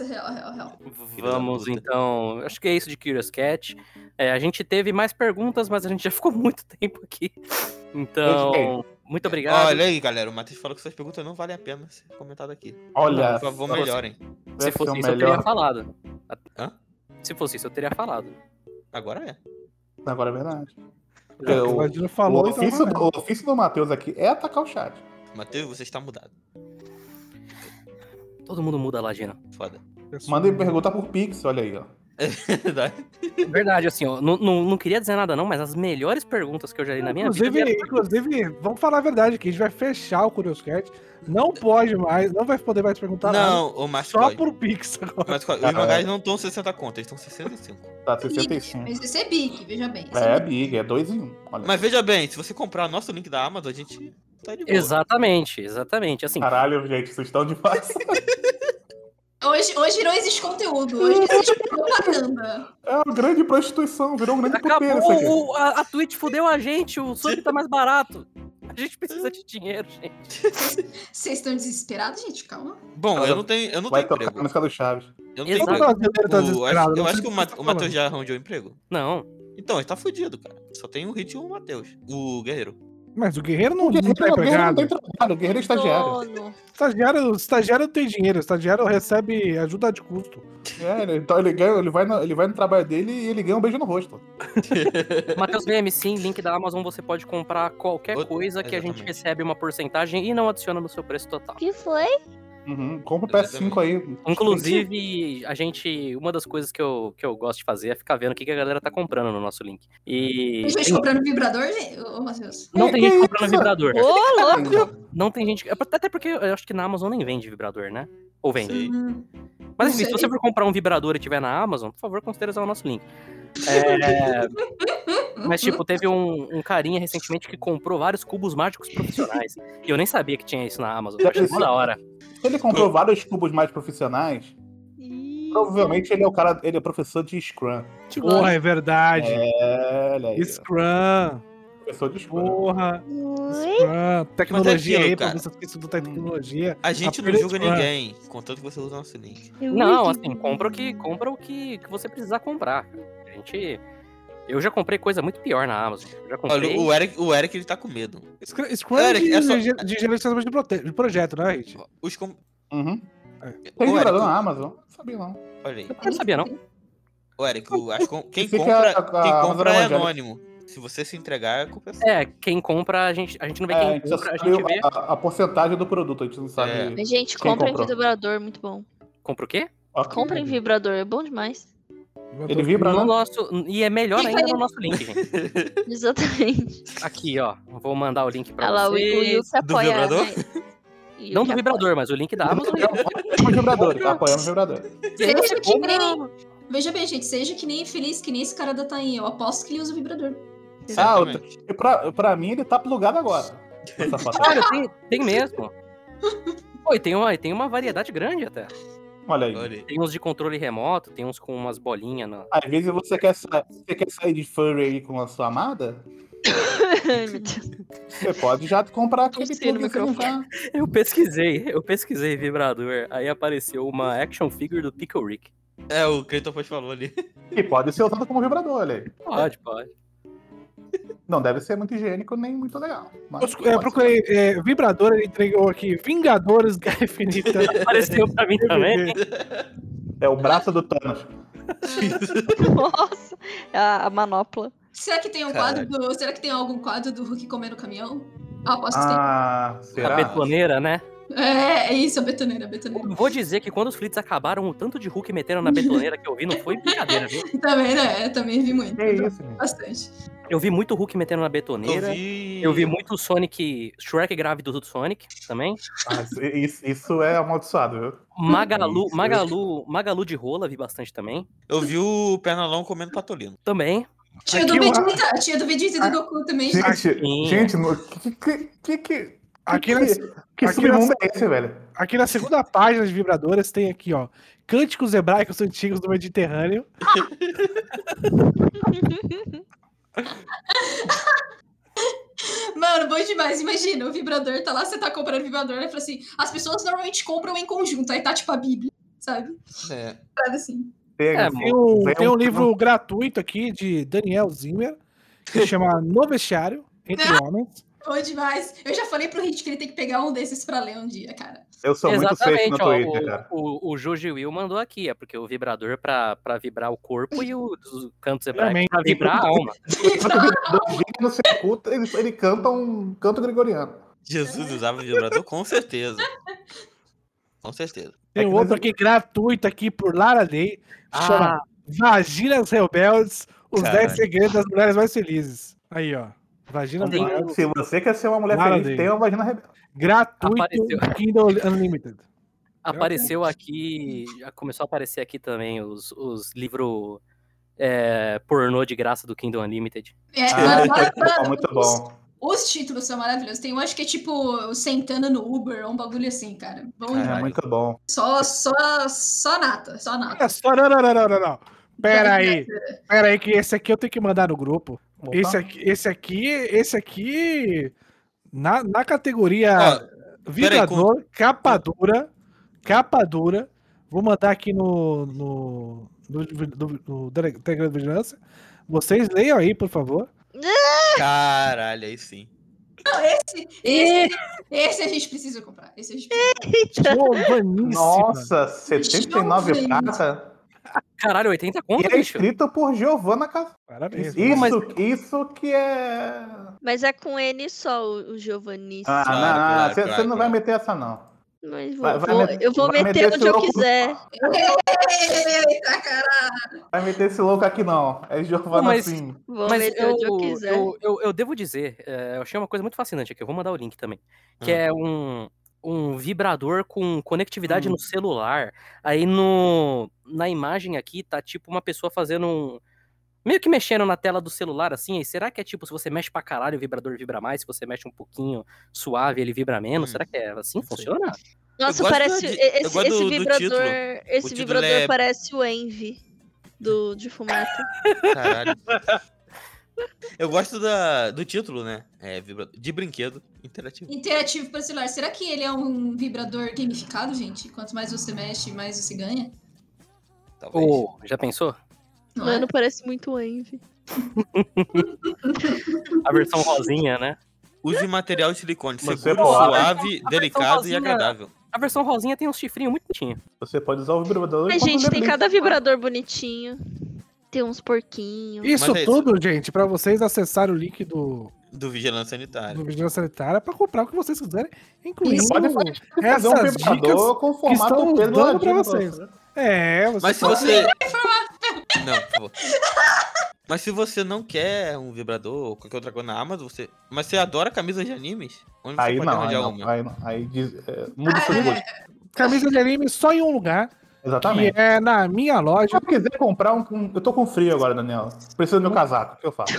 Real, real, real.
Vamos
puta.
então. Acho que é isso de Curious Cat. É, a gente teve mais perguntas, mas a gente já ficou muito tempo aqui. Então, muito obrigado.
Olha aí, galera. O Matheus falou que suas perguntas não valem a pena ser comentadas aqui.
Olha.
Por favor, melhorem.
Se
deve ser é o
fosse isso, eu teria
um melhor.
falado.
Hã?
Se fosse isso, eu teria falado.
Agora é.
Agora é verdade.
Já que
Eu-
o Vadilho
O
falou, então
ofício,
vai.
do- o ofício do Matheus aqui é atacar o chat.
Matheus, você está mudado.
Todo mundo muda lá, Gina.
Foda.
é,
Mandei pergunta por Pix, olha aí, ó.
Verdade, assim, ó, não, não, não queria dizer nada não, mas as melhores perguntas que eu já li na minha vida... né?
Inclusive,
vieram-
inclusive, vamos falar a verdade que a gente vai fechar o Curioscat. Não pode mais, não vai poder mais perguntar nada.
não, o Márcio
Tá Só
pode.
por Pix agora.
Mas qual- os
Caralho.
mangás não estão 60 contas, estão 65.
Tá
Big,
65.
mas esse é Big, veja bem. esse
É,
Big.
Big, é 2 em 1. Um. Olha.
Mas veja bem, se você comprar o nosso link da Amazon, a gente tá de boa.
Exatamente, exatamente. Assim,
Caralho, gente, vocês estão de passagem.
Hoje, hoje não existe conteúdo, hoje existe propaganda.
É uma grande prostituição, virou um grande puteiro isso aqui.
acabou, o- a, a Twitch fudeu a gente, o sub tá mais barato. A gente precisa de dinheiro, gente.
Vocês estão desesperados, gente? Calma.
Bom, eu não tenho, eu não tenho
Vai tocar a
emprego.
música do Chaves.
Eu não tenho
Exato.
Todo brasileiro
emprego.
tá
O- acho-
desesperado.
eu
não
acho
sei
que o,
do
Ma-
você tá
o
falando.
Matheus já arranjou emprego.
Não,
Então, ele tá fudido, cara. Só tem o Hit e o Matheus. O Guerreiro.
Mas o guerreiro não,
O
não tá
guerreiro, o guerreiro não
empregado.
tem trabalho, o guerreiro é estagiário.
Sono.
Estagiário, o estagiário não tem dinheiro, o estagiário recebe ajuda de custo.
É, ele- então ele, ganha, ele, vai no, ele vai no trabalho dele e ele ganha um beijo no rosto.
Matheus Leme, sim, link da Amazon, você pode comprar qualquer
Outra-
coisa que a gente
exatamente.
recebe uma porcentagem e não adiciona no seu preço total.
que foi?
Uhum, compra o PS5 aí.
Inclusive, a gente. Uma das coisas que eu, que eu gosto de fazer é ficar vendo o que que a galera tá comprando no nosso link. E.
Tem gente comprando vibrador, gente? Ô, Matheus.
Não tem
Que
gente
isso,
comprando vibrador.
Ô, Tá louco!
Não tem gente. é Até porque eu acho que na Amazon nem vende vibrador, né? Ou vende.
Sei.
Hum. Não
Mas enfim, se
sei.
você for comprar um vibrador e tiver na Amazon, por favor, considere usar o nosso link. É, Mas, tipo, teve um, um carinha recentemente que comprou vários cubos mágicos profissionais. e eu nem sabia que tinha isso na Amazon. Eu achei mó da hora.
Se ele comprou vários cubos mais profissionais,
Ih,
provavelmente ele é o cara, ele é professor de Scrum.
que
Porra,
gosto.
é verdade.
É, olha aí.
Scrum,
Professor de Scrum.
porra,
Oi?
Scrum. Tecnologia
é aquilo,
aí, pra
cara. Hum.
você que estuda tecnologia.
A gente não
Apenas
julga
fã.
ninguém, contanto que você usa o nosso link.
Eu
Não,
vi.
assim, compra o que, compra o que, que você precisar comprar. A gente. Eu já comprei coisa muito pior na Amazon. Eu já comprei.
Olha, o Eric, o Eric ele tá com medo.
Scrum, Scrum
Eric,
de,
é só-
de- de gerenciamento de, prote- de projeto, né, gente?
Os com...
Uhum.
É.
Ô,
Tem vibrador
Eric.
na Amazon? Não sabia não.
Olha aí.
Eu não sabia, não.
Ô, Eric, o- as com- quem
Pensei que
compra,
a- a-
quem
a
compra é
Amazon era
anônimo. Se você se entregar, é culpa sua.
É, quem compra, a gente, a gente não vê
É, a
quem
gente só
compra, a
sabe
gente vê.
a, a porcentagem do produto, a gente não sabe.
É.
Mas, gente,
Quem
comprem
comprou?
vibrador, muito bom.
Compra o quê?
Ok.
Comprem vibrador, é bom demais.
Ele
Uhum.
vibra,
No
né?
nosso, e é melhor
Fica
ainda
aí.
no nosso link, gente.
Exatamente.
Aqui, ó. Vou mandar o link pra
Olha Tá lá, o o
vocês.
Will se
Do
apoia.
vibrador?
né?
Não
Will
do
se
vibrador, mas o link da Amazon.
Apoiamos vibradores, apoiamos Ah, vibradores.
Seja que nem...
Compra-
Veja bem, gente, seja que nem feliz, que nem esse cara da Tainha. Eu aposto que ele usa vibrador.
Ah, eu-
Exatamente.
E pra, pra mim, ele tá plugado agora. Essa foto.
Olha, tem, tem mesmo. Pô, e tem uma, e tem uma variedade grande até.
Olha aí.
Olha aí.
Tem uns de controle remoto, tem uns com umas bolinhas. Na...
Às vezes você quer, sa- você quer sair de furry aí com a sua amada,
apoia. Ai, meu Deus.
você pode já comprar aquele
Torcer no
plug que você não tá.
Eu pesquisei, eu pesquisei vibrador, aí apareceu uma action figure do Pickle Rick.
É, o Cleiton falou ali.
E pode ser usado como vibrador, olha aí.
Pode, pode.
Não deve ser muito higiênico nem muito legal. mas
Eu, eu
pode
procurei é, vibrador, ele entregou aqui Vingadores Guerra Infinita.
Apareceu pra mim também.
ser. É o braço do Thanos.
Nossa, é a, a manopla.
Será que tem um quadro
Caralho.
do... Será que tem algum quadro do Hulk comendo caminhão? Eu aposto
Ah,
A
será?
betoneira, né?
que tem. É, é isso, a betoneira, a betoneira.
Vou dizer que quando os flits acabaram, o tanto de Hulk meteram na betoneira que eu vi não foi brincadeira, viu?
Também, né? Eu também vi muito.
Que É isso, gente?
Bastante.
Eu vi muito Hulk metendo na betoneira.
Eu vi.
Eu vi muito Sonic, Shrek grávido do Sonic também.
Ah, isso- isso, isso é amaldiçoado, viu?
Magalu,
Isso.
Magalu, Magalu de rola vi bastante também.
Eu vi o Pernalão comendo patolino.
Também.
Tinha do
Aqui o-
Vegeta, tinha do Vegeta e do Goku também. gente.
Sim.
Gente, gente, no- que que. que, que...
Aqui na,
que, que
aqui
submundo
na-
é esse, velho?
aqui na segunda página de Vibradoras tem aqui, ó. Cânticos hebraicos antigos do Mediterrâneo.
Mano, bom demais. Imagina, o vibrador tá lá, você tá comprando vibrador, né? Fala assim, as pessoas normalmente compram em conjunto, aí tá tipo a Bíblia, sabe?
É.
Sabe assim.
Tem,
É,
Tem um,
Zé
tem um
um-
livro gratuito aqui de Daniel Zimmer, que chama No Vestiário, entre
Ah!
homens.
Bom demais. Eu já falei pro Hit que ele tem que pegar um desses pra ler um dia, cara.
Eu sou
Exatamente,
muito
ó,
safe no Twitter, cara.
o, o, o Joji Will mandou aqui, é porque o vibrador pra, pra vibrar o corpo e o dos cantos hebraicos
Realmente.
pra vibrar a alma.
Não se escuta, ele, ele canta um canto gregoriano.
Jesus usava vibrador, com certeza. Com certeza.
Tem
É que
outro
nós- Ah.
aqui gratuito aqui por Lara Day,
Ah.
chama Vaginas Rebeldes, os 10
Caralho.
segredos das mulheres mais felizes. Aí, ó. Vaginas
Tem-
Rebeldes,
Se você quer ser uma mulher
Nada
feliz,
dele.
tem uma vagina rebelde.
gratuito
Apareceu.
Kindle Unlimited.
Apareceu aqui, já começou a aparecer aqui também os, os livros é, pornô de graça do Kingdom Unlimited.
É,
Ah,
mano, mano,
tá
mano,
muito
os-
bom.
Os, títulos são maravilhosos. Tem um, acho que é tipo Sentando no Uber, ou um bagulho assim, cara. Bom
Caralho.
É
demais.
muito bom.
Só, só, só nata, só nata.
Olha só, não, não, não, não, não, não. Pera aí, pera aí, que esse aqui eu tenho que mandar no grupo.
Opa.
Esse aqui, esse aqui, esse aqui, na, na categoria
peraí, com-
Vingador, capa dura, capa dura, vou mandar aqui no, no, no, no- no Telegram de Vigilância. Vocês leiam aí, por favor.
Caralho, aí sim.
Esse, esse a gente precisa comprar. Esse a gente precisa.
Giovaníssima.
Nossa, 79
Jovem.
prata.
Caralho, 80
E
conto,
é
bicho?
escrito por Giovanna Café.
Parabéns.
Isso,
mas-
isso que é.
Mas é com ele só, o, o Giovanni.
Ah,
Claro,
não, não,
claro,
você
claro,
não vai
claro.
meter essa, não.
Mas vou-
Vai- vai
vou-
meter-
eu vou
vai
meter
meter
onde eu
louco no
quiser.
Eita, cara.
Vai meter esse louco aqui, não. É Giovanna
Mas-
sim.
Vou
Mas
meter
eu,
é onde eu quiser.
eu, eu, eu devo dizer, é, eu achei uma coisa muito fascinante aqui, eu vou mandar o link também. Que
Ah.
é um, um vibrador com conectividade
Hum.
no celular. Aí no, na imagem aqui tá tipo uma pessoa fazendo um. Meio que mexendo na tela do celular, assim, aí será que é tipo, se você mexe pra caralho, o vibrador vibra mais, se você mexe um pouquinho suave, ele vibra menos?
Hum.
Será que é assim?
Não sei.
Funciona?
Nossa,
gosto
parece.
do-
e-
eu
esse,
gosto
esse
do- do
vibrador.
título.
Esse
título
vibrador
é-
parece o Envy do, de fumata.
Caralho. Eu gosto da, do título, né? É, vibrador. De brinquedo interativo.
Interativo para celular. Será que ele é um vibrador gamificado, gente? Quanto mais você mexe, mais você ganha?
Talvez.
Ou, já pensou?
Não é?
Mano, parece muito o Envy.
A versão rosinha, né?
Use material de silicone
Você
seguro,
pode-
suave, delicado e
sozinha.
agradável.
A versão rosinha tem uns chifrinhos muito bonitinhos.
Você pode usar o vibrador.
Ai,
enquanto
gente,
lê
tem
livro.
cada vibrador bonitinho. Tem uns porquinhos.
Isso
Mas é isso.
tudo, gente, pra vocês acessarem o link do,
Do vigilância sanitária.
do Vigilância Sanitária pra comprar o que vocês quiserem, incluindo
Pode fazer um
essas dicas.
vibrador com o formato
estão
Pedro
dando pra
Ladino,
vocês.
pô.
É, você
Mas se
pode-
você. Não, por favor. Mas se você não quer um vibrador ou qualquer outra coisa na Amazon, você. Mas você adora camisas de animes? Onde você
Aí
pode
não, aí
arranjar
não,
uma?
aí não. Aí diz- é, muda o
Ah,
seu
é.
gosto.
camisa de anime só em um lugar,
Exatamente.
que é na minha
Se
loja.
eu quiser comprar um. um- Eu tô com frio agora, Daniel. Preciso do meu casaco. O que eu faço?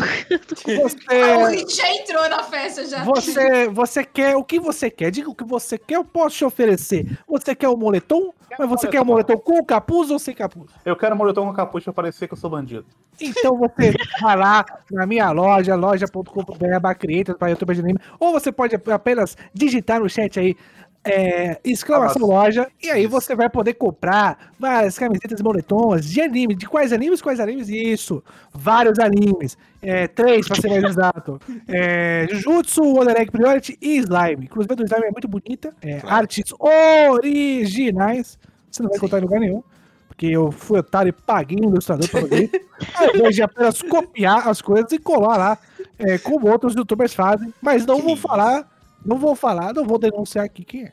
Ah, o
Você,
Hit já entrou na festa já.
você, você quer o que você quer? Diga o que você quer, eu posso te oferecer. Você quer o moletom? Mas você quer o moletom com capuz ou sem capuz?
Eu quero um moletom com capucha pra parecer que eu sou bandido.
Então você vai lá na minha loja, loja.com.br creator para YouTube de anime, ou você pode apenas digitar no chat aí. é, exclamação loja, e aí
Isso.
você vai poder comprar várias camisetas e moletons de anime, de quais animes, quais animes, isso, vários animes, é, três pra ser mais exato, é, Jutsu, Wonder Egg Priority e Slime, inclusive a do Slime é muito bonita, é,
Claro.
artes originais, você não vai
Sim.
encontrar em lugar nenhum, porque eu fui otário e paguei um ilustrador pra fazer isso. Ao invés de apenas copiar as coisas e colar lá, é, como outros youtubers fazem. Mas não
Que
vou
isso.
falar, não vou falar, não vou denunciar aqui quem é.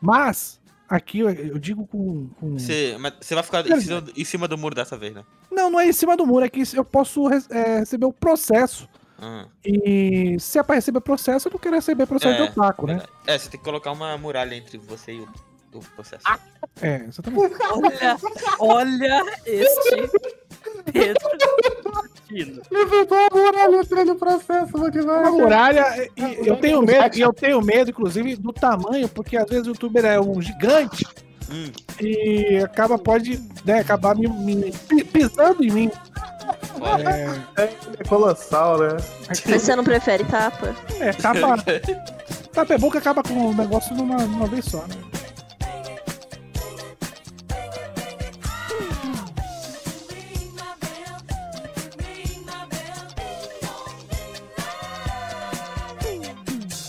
Mas, aqui eu, eu digo com. com-
Você, mas você vai ficar em
Verdade.
cima, em cima do muro dessa vez, né?
Não, não é em cima do muro, é que eu posso re- é, receber o processo.
Ah,
E se é pra receber processo, eu não quero receber processo
É,
de opaco, né?
verdade. É, você tem que colocar uma muralha entre você e o, o processo.
É, exatamente.
Olha, olha este Pedro Tino.
Levantou a muralha entrando no processo, vou demais.
A muralha, e- é, e eu tenho medo, e eu tenho medo, inclusive, do tamanho, porque às vezes o youtuber é um gigante.
Hum,
e acaba pode né, acabar me, me pi- pisando em mim.
foda.
É,
É colossal, né?
Mas você não prefere tapa?
é, acaba. Tapa é bom que acaba com o negócio numa, numa vez só, né?
Ring my bell, ring my bell, ding dong, ding dong.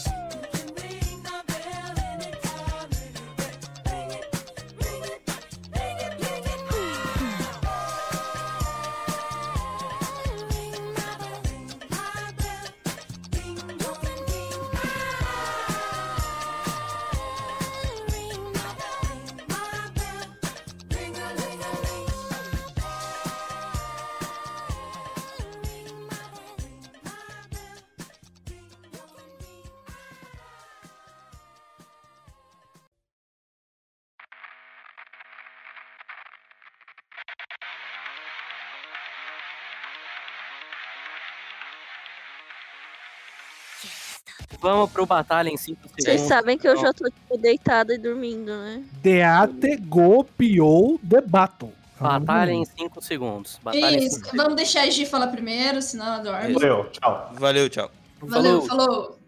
Vamos pro batalha em 5
Vocês
segundos.
sabem que eu
então.
já tô, tipo, deitada e dormindo, né?
Deate go piou de battle. Hum.
Batalha em 5 segundos. Batalha em
Isso,
cinco
vamos deixar a Gi falar primeiro, senão ela dorme.
Sou eu, tchau.
Valeu, tchau.
segundos.
Valeu,
Falou.
falou.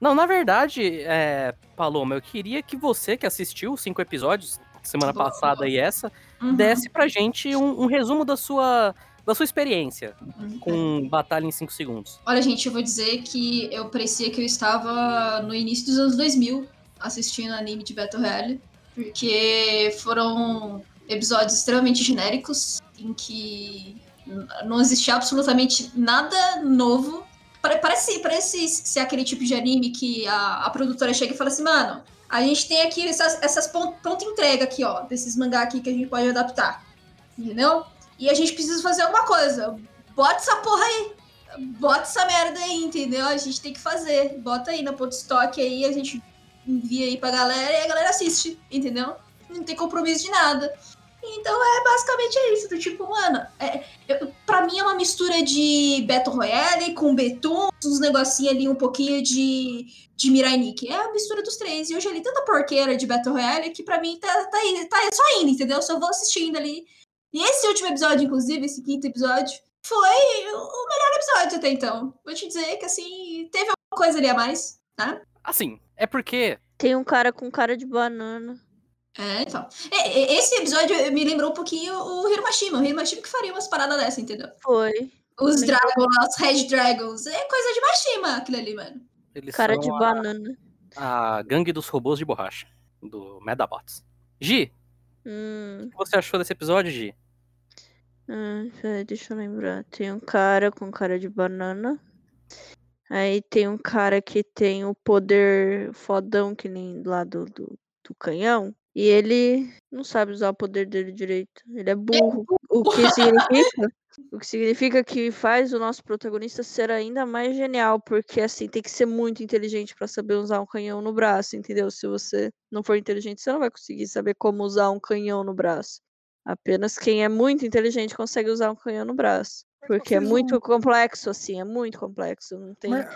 Não, na verdade, é, Paloma, eu queria que você que assistiu os cinco episódios, semana
Boa.
passada e essa,
Uhum.
desse pra gente um, um resumo da sua, da sua experiência
Uhum.
com Batalha em 5 segundos.
Olha, gente, eu vou dizer que eu parecia que eu estava no início dos anos 2000 assistindo anime de Battle Royale, porque foram episódios extremamente genéricos em que n- não existia absolutamente nada novo. Pare- Parece, parece ser aquele tipo de anime que a, a produtora chega e fala assim, mano, a gente tem aqui essas, essas pon- pronta entrega aqui, ó, desses mangá aqui que a gente pode adaptar, entendeu? E a gente precisa fazer alguma coisa. Bota essa porra bota essa merda aí, entendeu? A gente tem que fazer. Bota aí na ponto estoque aí, a gente envia aí pra galera e a galera assiste, entendeu? Não tem compromisso de nada. Então é basicamente isso, do tipo, mano, é, eu- pra mim é uma mistura de Battle Royale com Betum, uns negocinhos ali, um pouquinho de, de Mirai Nikki. É a mistura dos três. E hoje ali tanta porqueira de Battle Royale que pra mim tá, tá, indo, tá só indo, entendeu? Só vou assistindo ali. E esse último episódio, inclusive, esse quinto episódio, foi o episódio até então. Vou te dizer que, assim, teve alguma coisa ali a mais, né?
Assim, é porque
Tem um cara com cara de banana.
É, então. É, é, esse episódio eh, me lembrou um pouquinho o Hiromashima. O Hiromashima que faria umas paradas dessa, entendeu?
Foi.
Os
Lembrou.
dragons lá, os Red Dragons. É coisa de Mashima aquilo ali, mano.
eles
Cara
são
de
a-
banana.
a, gangue dos robôs de borracha, do Medabots. Gi,
Hum,
o que você achou desse episódio, Gi?
hum, peraí, deixa eu lembrar. Tem um cara com cara de banana. Aí tem um cara que tem o poder fodão, que nem lá do, do, do canhão. E ele não sabe usar o poder dele direito. Ele é burro. O que significa? O que significa que faz o nosso protagonista ser ainda mais genial, porque assim, tem que ser muito inteligente para saber usar um canhão no braço, entendeu? Se você não for inteligente, você não vai conseguir saber como usar um canhão no braço. Apenas quem é muito inteligente consegue usar um canhão no braço. Porque é
vocês
muito complexo, assim, é muito complexo. Não tem
Mas-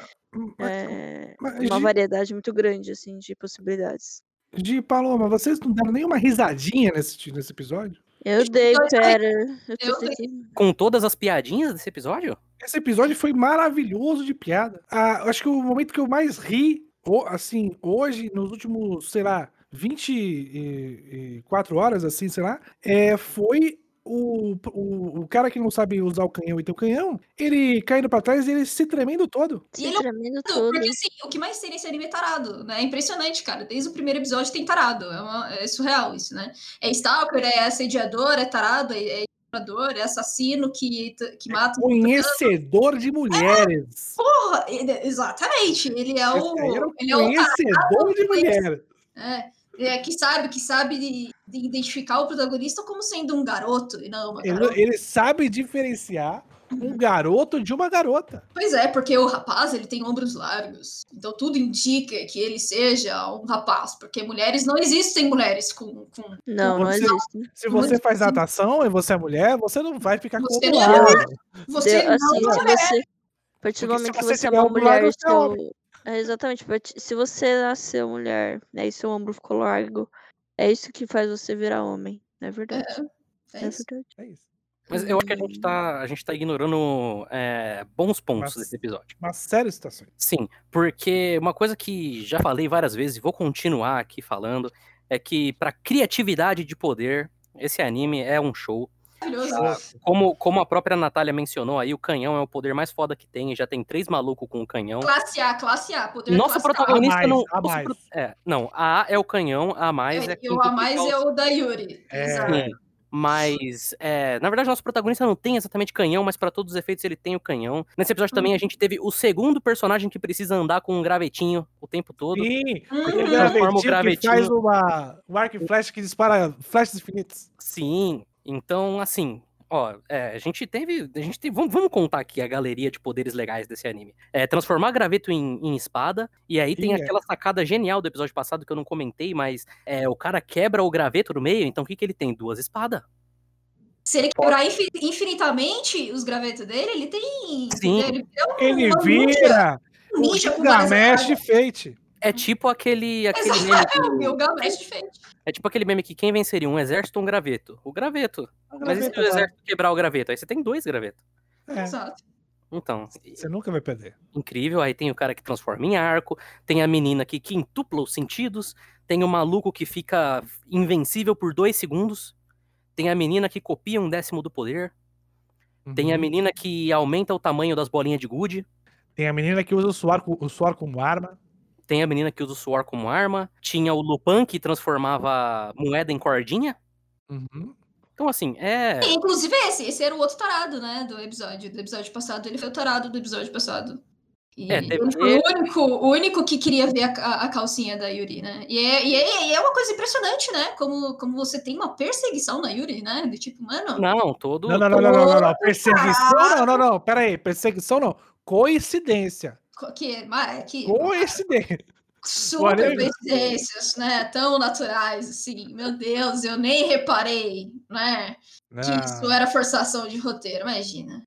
mas-
é,
mas,
uma
Gi-
variedade muito grande, assim, de possibilidades.
Gi e Paloma, vocês não deram nenhuma risadinha nesse, nesse episódio?
Eu dei,
Tipo, dois-
pera. Eu tô
Eu dei.
tentando-
Com todas as piadinhas desse episódio?
Esse episódio foi maravilhoso de piada. Ah, eu acho que o momento que eu mais ri, ho- assim, hoje, nos últimos, sei lá, 24 horas, assim, sei lá, é, foi o, o, o cara que não sabe usar o canhão e ter o canhão, ele caindo pra trás e ele se tremendo todo.
E ele
se
é um
tremendo
Tudo,
todo.
Porque assim, o que mais tem nesse anime é tarado, né? É impressionante, cara. Desde o primeiro episódio tem tarado. É, uma- é surreal isso, né? É stalker, é assediador, é tarado, é, é estuprador, é assassino que, que mata.
Conhecedor de mulheres.
Porra, ele- exatamente. Ele é o.
Esse aí era um
Ele é o
conhecedor de mulheres.
É, é, que sabe, que sabe de, de identificar o protagonista como sendo um garoto e não uma
Ele,
garota.
ele sabe diferenciar um garoto de uma garota.
Pois é, porque o rapaz ele tem ombros largos, então tudo indica que ele seja um rapaz, porque mulheres não existem mulheres com, com
Não, não
Você-
existe.
Se
Muito
você faz
difícil.
natação e você é mulher, você não vai ficar com
Você
outro
não é
lado.
você
Deu-
não
assim,
é
se você, a partir do
Porque se
momento que
você
você é
tiver
uma
ombro largo,
mulher,
você é homem.
seu... é, exatamente, a partir- se você nasceu mulher, né, e seu ombro ficou largo, é isso que faz você virar homem, não é verdade?
É
É
isso.
verdade.
É isso.
Mas eu acho que a gente tá, a gente tá ignorando é, bons pontos
Mas-
desse episódio.
Uma séria situação.
Sim, porque uma coisa que já falei várias vezes e vou continuar aqui falando é que para criatividade de poder, esse anime é um show.
Maravilhoso.
Ah,
Como, como a própria Natália mencionou aí, o canhão é o poder mais foda que tem, já tem três malucos com o canhão.
Classe A, classe A, poder
Nosso
classe A.
protagonista
A mais,
não.
a
nosso
mais.
pro- é, não, a A é o canhão, a mais é,
e o
quem
A mais
toca
é o da Yuri.
É.
Exato.
Sim. Mas, é, na verdade, nosso protagonista não tem exatamente canhão, mas para todos os efeitos ele tem o canhão. Nesse episódio
Uhum.
também a gente teve o segundo personagem que precisa andar com um gravetinho o tempo todo.
Sim,
Uhum.
aquele
Transforma o
gravetinho que faz uma, um arco e flecha que dispara flechas infinitas.
Sim. Então, assim, ó, é, a gente teve. A gente teve vamos, vamos contar aqui a galeria de poderes legais desse anime. É, transformar graveto em, em espada. E aí tem
Sim, é.
aquela sacada genial do episódio passado que eu não comentei, mas é, o cara quebra o graveto no meio, então o que, que ele tem? Duas espadas.
Se ele quebrar infi- infinitamente os gravetos dele, ele tem.
Sim.
Ele, é um-
Ele
uma ninja.
vira, um
ninja com várias
Gilgamesh e Fate.
É tipo aquele, aquele
Exato,
meme.
É o
que-
Gilgamesh de Fate.
É tipo aquele meme que quem venceria, um exército ou um graveto? O graveto. Mas e se
Graveta,
o exército quebrar o graveto? Aí você tem dois gravetos.
É,
Exato.
Então,
Você nunca vai perder.
incrível. Aí tem o cara que transforma em arco, tem a menina que quintupla os sentidos, tem o maluco que fica invencível por dois segundos, tem a menina que copia um décimo do poder, tem a
Uhum.
menina que aumenta o tamanho das bolinhas de gude,
Tem a menina que usa o suor, co- o suor como arma.
tem a menina que usa o suor como arma, tinha o Lupin que transformava moeda em cordinha.
Uhum.
Então, assim, é.
E, inclusive esse, esse era o outro tarado, né, do episódio. Do episódio passado, ele foi o tarado do episódio passado. E
É, teve
ele foi
esse.
o único, o único que queria ver a, a- a calcinha da Yuri, né? E é, e é, e é uma coisa impressionante, né? Como, como você tem uma perseguição na Yuri, né? Do tipo, mano.
Não, todo.
Não, não, não, não, não, não, não. Perseguição, não, não, não. Pera aí, perseguição não. Coincidência.
co- Que, ma- que
Coincidência.
super
whatever.
coincidências, né? Tão naturais, assim. Meu Deus, eu nem reparei, né? Que
Ah.
isso
Não,
era forçação de roteiro, imagina.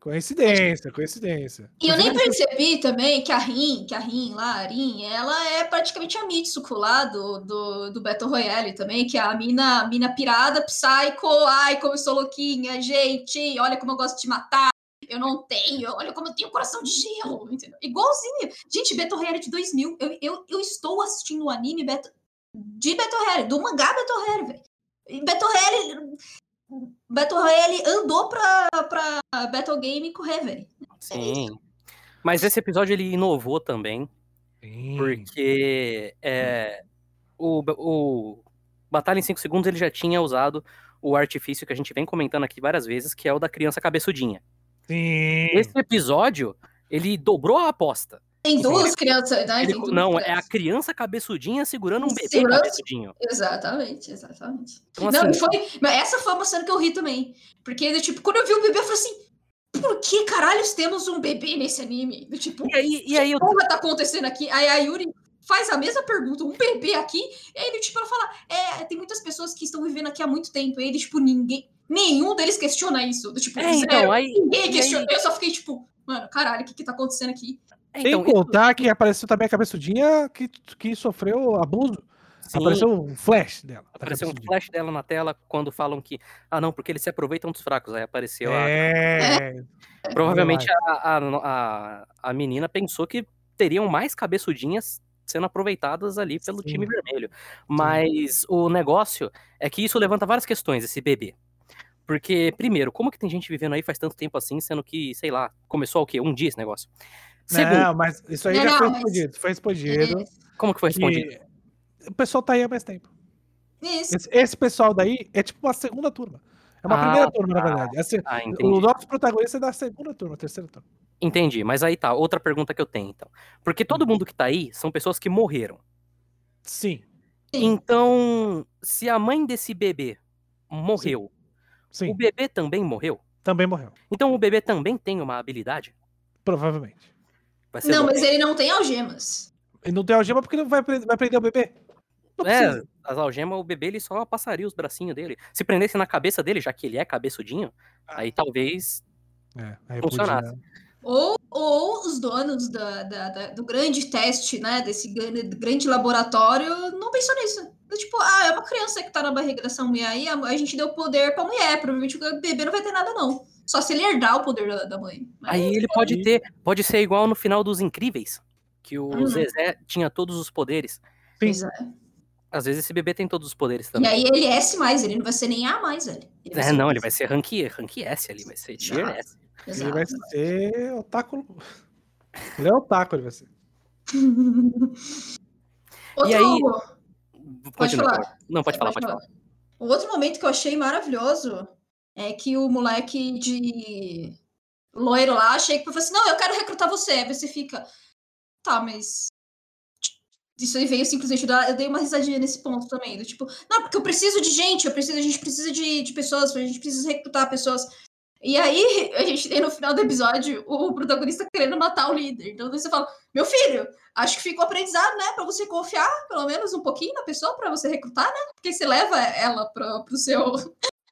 Coincidência, coincidência.
E eu nem percebi também que a Rin, que a Rin lá, a Rin, ela é praticamente a Mitsuko lá do, do, do Battle Royale também, que é a mina, a mina pirada, psycho, ai, como eu sou louquinha, gente, olha como eu gosto de matar, eu não tenho, olha como eu tenho coração de gelo, entendeu? Igualzinha. Gente, Battle Royale de 2000, eu, eu, eu estou assistindo o anime Battle, de Battle Royale, do mangá Battle Royale, velho. E Battle Royale... Battle Royale andou pra, pra Battle Game correr, velho.
Sim. Mas esse episódio ele inovou também,
Sim. Hum.
porque é, o, o Batalha em 5 Segundos ele já tinha usado o artifício que a gente vem comentando aqui várias vezes, que é o da criança cabeçudinha.
Sim.
Esse episódio, ele dobrou a aposta.
Tem
Então,
duas crianças, né?
Ele-
Tem duas
não, é a
crianças.
criança cabeçudinha segurando um bebê
Segurando-
cabeçudinho.
Exatamente, exatamente.
Então,
não, e
assim,
foi. Mas essa foi uma cena que eu ri também. Porque, do tipo, quando eu vi o bebê, eu falei assim: por que caralhos temos um bebê nesse anime? Do tipo,
e aí, e aí eu,
porra tá acontecendo aqui? Aí a Yuri faz a mesma pergunta, um bebê aqui, e aí, tipo, ela fala, é, tem muitas pessoas que estão vivendo aqui há muito tempo, e ele, tipo, ninguém, nenhum deles questiona isso, do tipo,
É,
zero,
então, aí...
ninguém
e
questiona, eu só fiquei, tipo, mano, caralho, o que que tá acontecendo aqui?
é,
Sem
então, isso-
contar que apareceu também a cabeçudinha que, que sofreu abuso.
sim.
Apareceu um flash dela. da
Apareceu um
cabeçudinha.
flash dela na tela quando falam que. Ah, não, porque eles se aproveitam dos fracos. Aí apareceu. a-
É.
provavelmente a, a, a, a menina pensou que teriam mais cabeçudinhas sendo aproveitadas ali pelo
Sim.
time vermelho. Mas o negócio é que isso levanta várias questões, esse bebê. Porque, primeiro, como que tem gente vivendo aí faz tanto tempo assim, sendo que, sei lá, começou o quê? Um dia esse negócio. Segundo,
Não, mas isso aí
Não,
já
não,
foi
mas-
respondido. Foi
É,
respondido.
como que foi respondido?
que O pessoal tá aí há mais tempo.
Isso.
Esse, esse pessoal daí é tipo uma segunda turma. É uma
Ah,
primeira turma, na
tá.
verdade. É se-
Ah,
o
entendi.
nosso protagonista é da segunda turma, terceira turma.
Entendi, mas aí tá, outra pergunta que eu tenho, então. Porque
Hum.
todo mundo que tá aí são pessoas que morreram.
Sim,
Então, se a mãe desse bebê morreu,
sim.
o bebê também morreu?
Também morreu,
Então o bebê também tem uma habilidade?
provavelmente.
Vai ser
Não,
é bom.
mas ele não tem algemas.
E não tem algema porque não vai, pre- vai prender o bebê. Não
É,
precisa.
as algemas, o bebê ele só passaria os bracinhos dele. Se prendesse na cabeça dele, já que ele é cabeçudinho, aí talvez.
É, aí
Funcionasse.
podia-
Ou, ou os donos da, da- da- do grande teste, né? Desse grande, grande laboratório, não pensou nisso. É Tipo, ah, é uma criança que tá na barriga dessa mulher aí, a, a gente deu poder pra mulher. Provavelmente o bebê não vai ter nada, não. Só se ele herdar o poder da, da mãe. Mas-
Aí ele pode ter. Pode ser igual no final dos Incríveis, que o
Uhum.
Zezé tinha todos os poderes.
Pois é.
Às vezes esse bebê tem todos os poderes
E
também.
aí ele é S, mais, ele não vai ser nem A, mais, velho. Ele
É,
ser
não,
mais.
ele vai ser rank, rank S ali, vai ser tier
Exato.
S.
Ele vai
Exato.
ser otaku. Ele é otaku, ele vai ser.
Outro,
E aí-
Pode
Continua,
falar.
pode- Não, pode falar, pode falar.
O Um outro momento que eu achei maravilhoso é que o moleque de loiro lá chega e fala assim: Não, eu quero recrutar você. Aí você fica, tá, mas. Isso aí veio simplesmente da. Eu dei uma risadinha nesse ponto também. Do tipo, não, porque eu preciso de gente, eu preciso, a gente precisa de, de pessoas, a gente precisa recrutar pessoas. E aí, a gente tem no final do episódio o protagonista querendo matar o líder. Então você fala, meu filho, acho que ficou aprendizado, né? Pra você confiar, pelo menos um pouquinho na pessoa, pra você recrutar, né? Porque você leva ela pra, pro seu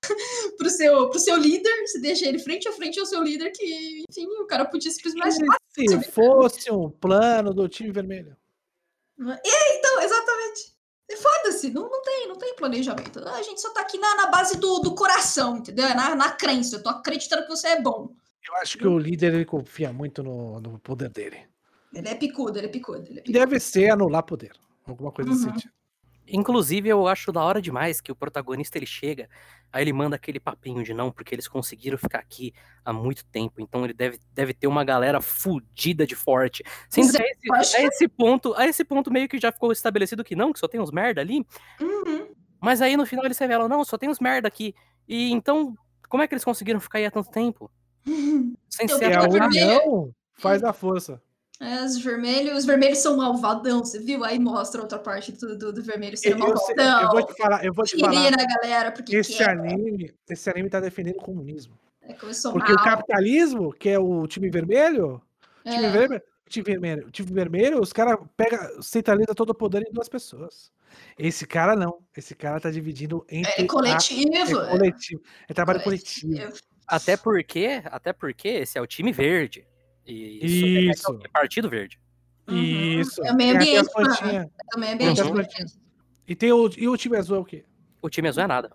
pro, seu, pro seu líder, você deixa ele frente a frente ao seu líder, que, enfim, o cara podia
Uhum.
simplesmente.
Se fosse um plano do time vermelho.
Então, exatamente. E Foda-se, não, não, tem, não tem planejamento. A gente só tá aqui na, na base do, do coração, entendeu? É Na, na crença. Eu tô acreditando que você é bom.
Eu acho que o líder ele confia muito no, no poder dele.
Ele é picudo, ele é picudo. Ele é
E
picudo.
deve ser anular poder. Alguma coisa
Uhum.
assim. desse sentido.
Inclusive, eu acho da hora demais que o protagonista ele chega, aí ele manda aquele papinho de não, porque eles conseguiram ficar aqui há muito tempo, então ele deve, deve ter uma galera fudida de forte. Sendo que a esse,
Acho
a esse ponto, a esse ponto meio que já ficou estabelecido que não, que só tem uns merda ali,
Uhum.
mas aí no final eles revelam, não, só tem uns merda aqui. E então, como é que eles conseguiram ficar aí há tanto tempo? Sem
Então,
Se
ser
é a
Ela
apoiado.
vermelha.
união, faz a força.
É, os vermelhos, os vermelhos são malvadão, você viu? Aí mostra outra parte do, do, do vermelho ser
Eu, eu sei- eu
malvadão.
vou te falar, eu vou te falar.
Queria na galera, porque é?
Esse
quer,
anime, esse anime tá defendendo o comunismo.
né? começou
é, Porque o
mal.
capitalismo, que é o time vermelho,
É.
time vermelho, time vermelho, time vermelho, os caras pega, centraliza todo o poder em duas pessoas. Esse cara não. Esse cara tá dividindo entre
É, é
a-
coletivo.
é coletivo. É trabalho coletivo.
Até porque, até porque esse é o time verde. E isso.
Isso.
é partido verde.
Uhum.
Isso.
É o meio
Tem até as
ambiente, mano.
plantinhas.
Também é bem
Uhum.
diferente.
E tem o e o time azul é o quê?
O time azul é nada.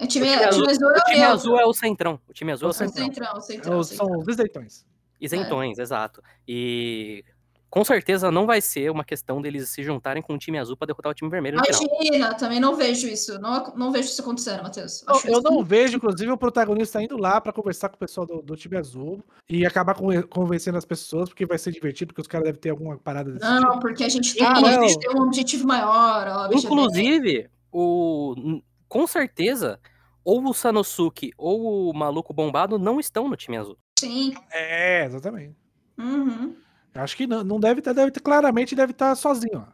O time,
O
o time
time
azul
O time
é o
azul é o centrão. O time azul é o
meu.
centrão.
Centrão, centrão,
São- São
centrão.
os desleitões.
Isentões, exato. E com certeza não vai ser uma questão deles se juntarem com o time azul pra derrotar o time vermelho no final.
Imagina, também não vejo isso. Não, não vejo isso acontecendo, Matheus.
Eu,
Acho
eu
isso-
não vejo, inclusive, o protagonista indo lá pra conversar com o pessoal do, do time azul e acabar com- convencendo as pessoas, porque vai ser divertido, porque os caras devem ter alguma parada desse tipo.
Não, porque a gente tem,
Ah,
a
não.
gente tem um objetivo maior. Ó, veja bem.
Inclusive, o n- com certeza ou o Sanosuke ou o maluco bombado não estão no time azul.
Sim.
É, exatamente.
Uhum.
Eu acho que não, não deve estar, deve ter, claramente deve estar sozinho lá.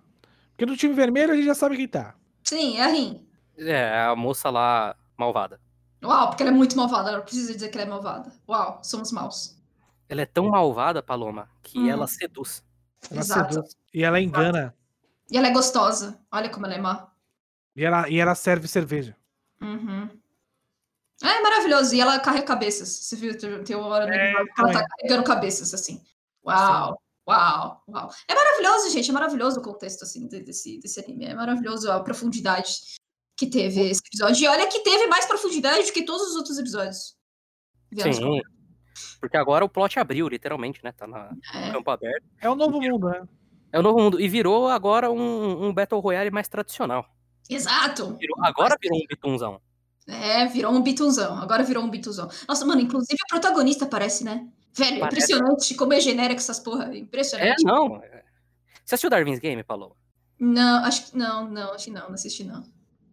Porque no time vermelho a gente já sabe quem tá.
Sim, é a Rin.
É, a moça lá malvada.
Uau, porque ela é muito malvada. Ela precisa dizer que ela é malvada. Uau, somos maus.
Ela é tão malvada, Paloma, que
Hum.
ela seduz.
Ela
Exato.
seduz, e ela engana.
E ela é gostosa. Olha como ela é má.
E ela, e ela serve cerveja.
Uhum. Ah, É maravilhoso. E ela carrega cabeças. Você viu? Tem tem uma hora no
É,
episódio que ela tá carregando cabeças, assim. Uau, uau, uau. É maravilhoso, gente. É maravilhoso o contexto, assim, de- desse, desse anime. É maravilhoso a profundidade que teve esse episódio. E olha que teve mais profundidade do que todos os outros episódios. Viemos
Sim. Porque agora o plot abriu, literalmente, né? Tá na
com- é.
campo aberto.
É o novo mundo, né?
É o novo mundo. E virou agora um, um Battle Royale mais tradicional.
Exato.
Virou- agora virou um bitunzão.
É, virou um bitunzão. Agora virou um bitunzão. Nossa, mano, inclusive o protagonista parece, né? Velho,
Parece.
impressionante como é genérico essas porra.
É,
Impressionante.
não. Você assistiu Darwin's Game, Paloma?
Não, acho que não, não, acho que não, não assisti não.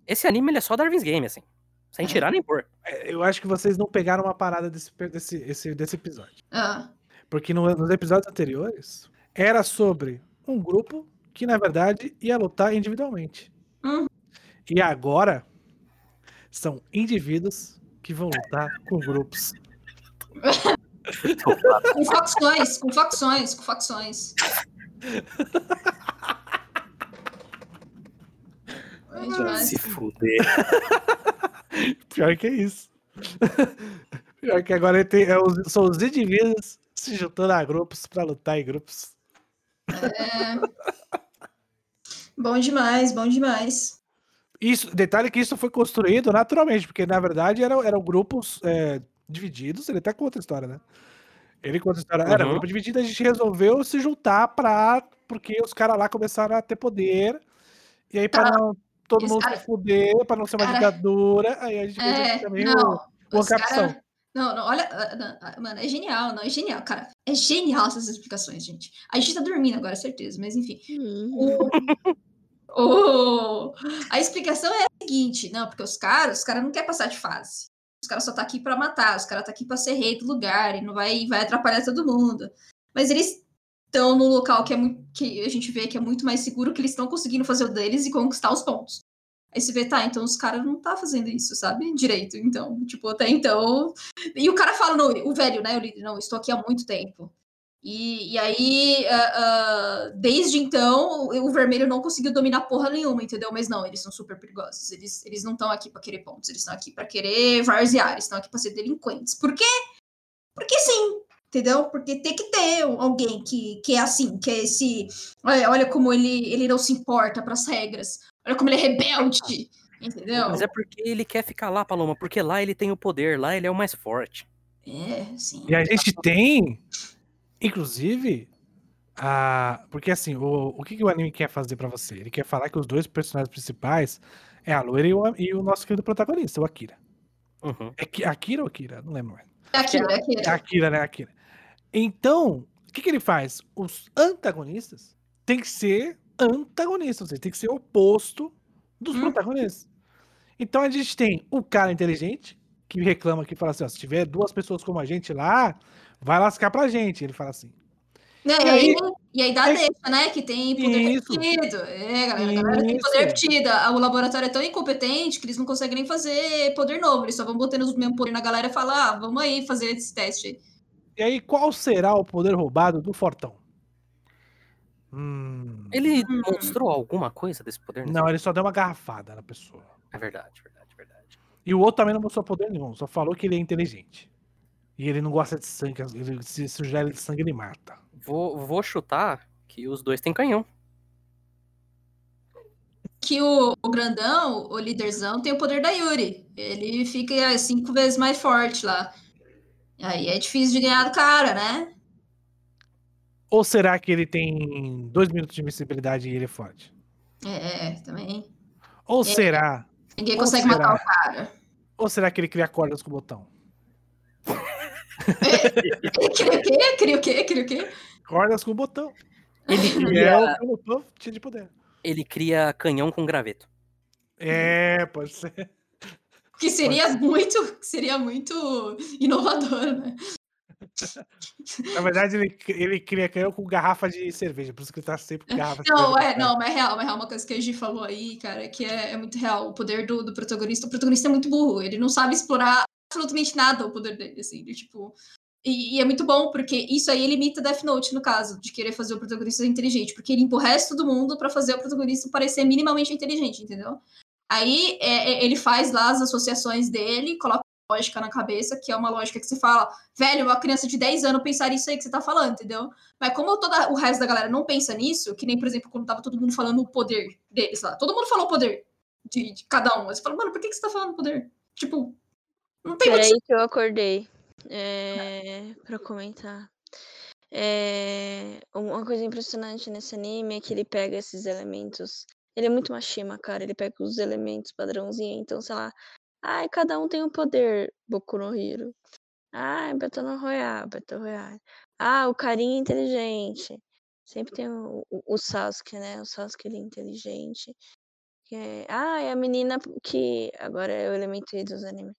Esse anime ele é só Darwin's Game, assim. Sem
É.
tirar nem pôr.
É, Eu acho que vocês não pegaram uma parada desse, pe- desse, esse- desse episódio.
Ah,
Porque no- nos episódios anteriores era sobre um grupo que, na verdade, ia lutar individualmente.
Uhum.
E agora são indivíduos que vão lutar com grupos.
com facções, com facções, com facções. É demais.
fuder.
Pior que é isso. Pior que agora tem, é os- são os indivíduos se juntando a grupos pra lutar em grupos.
Bom demais, bom demais.
Isso, detalhe que isso foi construído naturalmente, porque na verdade eram, eram grupos é, divididos, ele até conta a história, né? Ele conta a história, era um
Uhum.
grupo dividido, a gente resolveu se juntar pra. Porque os caras lá começaram a ter poder, e aí pra não todo
os
mundo
cara-
se fuder, pra não ser uma
cara-
ditadura, aí a gente
É,
fez também
não,
o- o
os cara-
Capção.
Não, não, olha, ah, não, ah, mano, é genial, não, é genial, cara. É genial essas explicações, gente. A gente tá dormindo agora, certeza, mas enfim.
Hum.
O- o- Oh! A explicação é a seguinte, não, porque os caras, os caras não querem passar de fase. Os caras só tá aqui pra matar, os caras tá aqui pra ser rei do lugar e não vai, vai atrapalhar todo mundo. Mas eles estão num local que é muito, que a gente vê que é muito mais seguro, que eles estão conseguindo fazer o deles e conquistar os pontos. Aí você vê, tá, então os caras não tá fazendo isso, sabe? Direito, então. Tipo, até então. E o cara fala, não, o velho, né? O líder, não, estou aqui há muito tempo. E, e aí, ah, ah, desde então, o, o vermelho não conseguiu dominar porra nenhuma, entendeu? Mas não, eles são super perigosos. Eles, eles não estão aqui pra querer pontos, eles estão aqui pra querer varzear, eles estão aqui pra ser delinquentes. Por quê? Porque sim, entendeu? Porque tem que ter um, alguém que, que é assim, que é esse. Olha, olha como ele, ele não se importa pras regras, olha como ele é rebelde, entendeu?
Mas é porque ele quer ficar lá, Paloma, porque lá ele tem o poder, lá ele é o mais forte.
É, sim.
E a gente tem, inclusive, a... porque assim, o, o que, que o anime quer fazer pra você? Ele quer falar que os dois personagens principais é a loira e o, e o nosso querido protagonista, o Akira.
Uhum.
É Ki- Akira ou Akira? Não lembro mais.
É aquilo, é aquilo.
É Akira, né? Akira. Então, o que, que ele faz? Os antagonistas têm que ser antagonistas, ou seja, tem que ser o oposto dos
Hum.
protagonistas. Então a gente tem o cara inteligente, que reclama que fala assim: ó, se tiver duas pessoas como a gente lá, vai lascar pra gente. Ele fala assim.
Né,
E
E aí,
aí-
e aí dá deixa, né? Que tem poder
É Isso.
repetido. É, galera, a galera tem poder
Isso.
repetido. Ah, O laboratório é tão incompetente que eles não conseguem nem fazer poder novo. Eles só vão botando os mesmos poder na galera e falar, ah, vamos aí fazer esse teste. aí."
E aí, qual será o poder roubado do Fortão? Hum,
Ele mostrou alguma coisa desse poder? né?
Não, ele só deu uma garrafada na pessoa.
É verdade, verdade, verdade.
E o outro também não mostrou poder nenhum, só falou que ele é inteligente. E ele não gosta de sangue, ele, se sujar ele de sangue, ele mata.
Vou, vou chutar que os dois têm canhão.
Que o, o grandão, o líderzão, tem o poder da Yuri. Ele fica ah, cinco vezes mais forte lá. Aí é difícil de ganhar do cara, né?
Ou será que ele tem dois minutos de invencibilidade e ele é forte?
É, também.
Ou será?
Ninguém
ou
consegue
será-
matar o cara.
Ou será que ele cria cordas com o botão?
Cria o quê? Cria o quê? Cria o quê?
Cordas com o botão.
Ele
E é
cria,
o que o botão tinha de poder.
ele cria canhão com graveto.
É, pode ser.
Que seria muito, que seria muito inovador, né?
Na verdade, ele, cri- ele cria canhão com garrafa de cerveja, por isso que ele tá sempre com garrafa de
Não,
cerveja.
é, não, mas é real, mas é real uma coisa que a Gi falou aí, cara, que é, é muito real. O poder do, do protagonista, o protagonista é muito burro, ele não sabe explorar absolutamente nada o poder dele, assim, ele, tipo. E, e é muito bom, porque isso aí limita Death Note, no caso, de querer fazer o protagonista inteligente, porque ele empurra o resto do mundo pra fazer o protagonista parecer minimamente inteligente, entendeu? Aí é, é, ele faz lá as associações dele, coloca lógica na cabeça, que é uma lógica que você fala, velho, uma criança de 10 anos pensar isso aí que você tá falando, entendeu? Mas como toda, o resto da galera não pensa nisso, que nem, por exemplo, quando tava todo mundo falando o poder deles lá. Todo mundo falou o poder de, de cada um. Aí Você fala, mano, por que, que você tá falando o poder? Tipo, não tem
Peraí
motivo.
que eu acordei. É,
Tá.
pra comentar. É, uma coisa impressionante nesse anime é que ele pega esses elementos. Ele é muito Mashima, cara. Ele pega os elementos padrãozinho. Então, sei lá. Ai, cada um tem um poder. Boku no Hiro. Ai, Battle Royale, Battle Royale. Ah, o carinha é inteligente. Sempre tem o, o, o Sasuke, né? O Sasuke, ele é inteligente. Que é- Ah, é a menina que... Agora eu elementei dos animes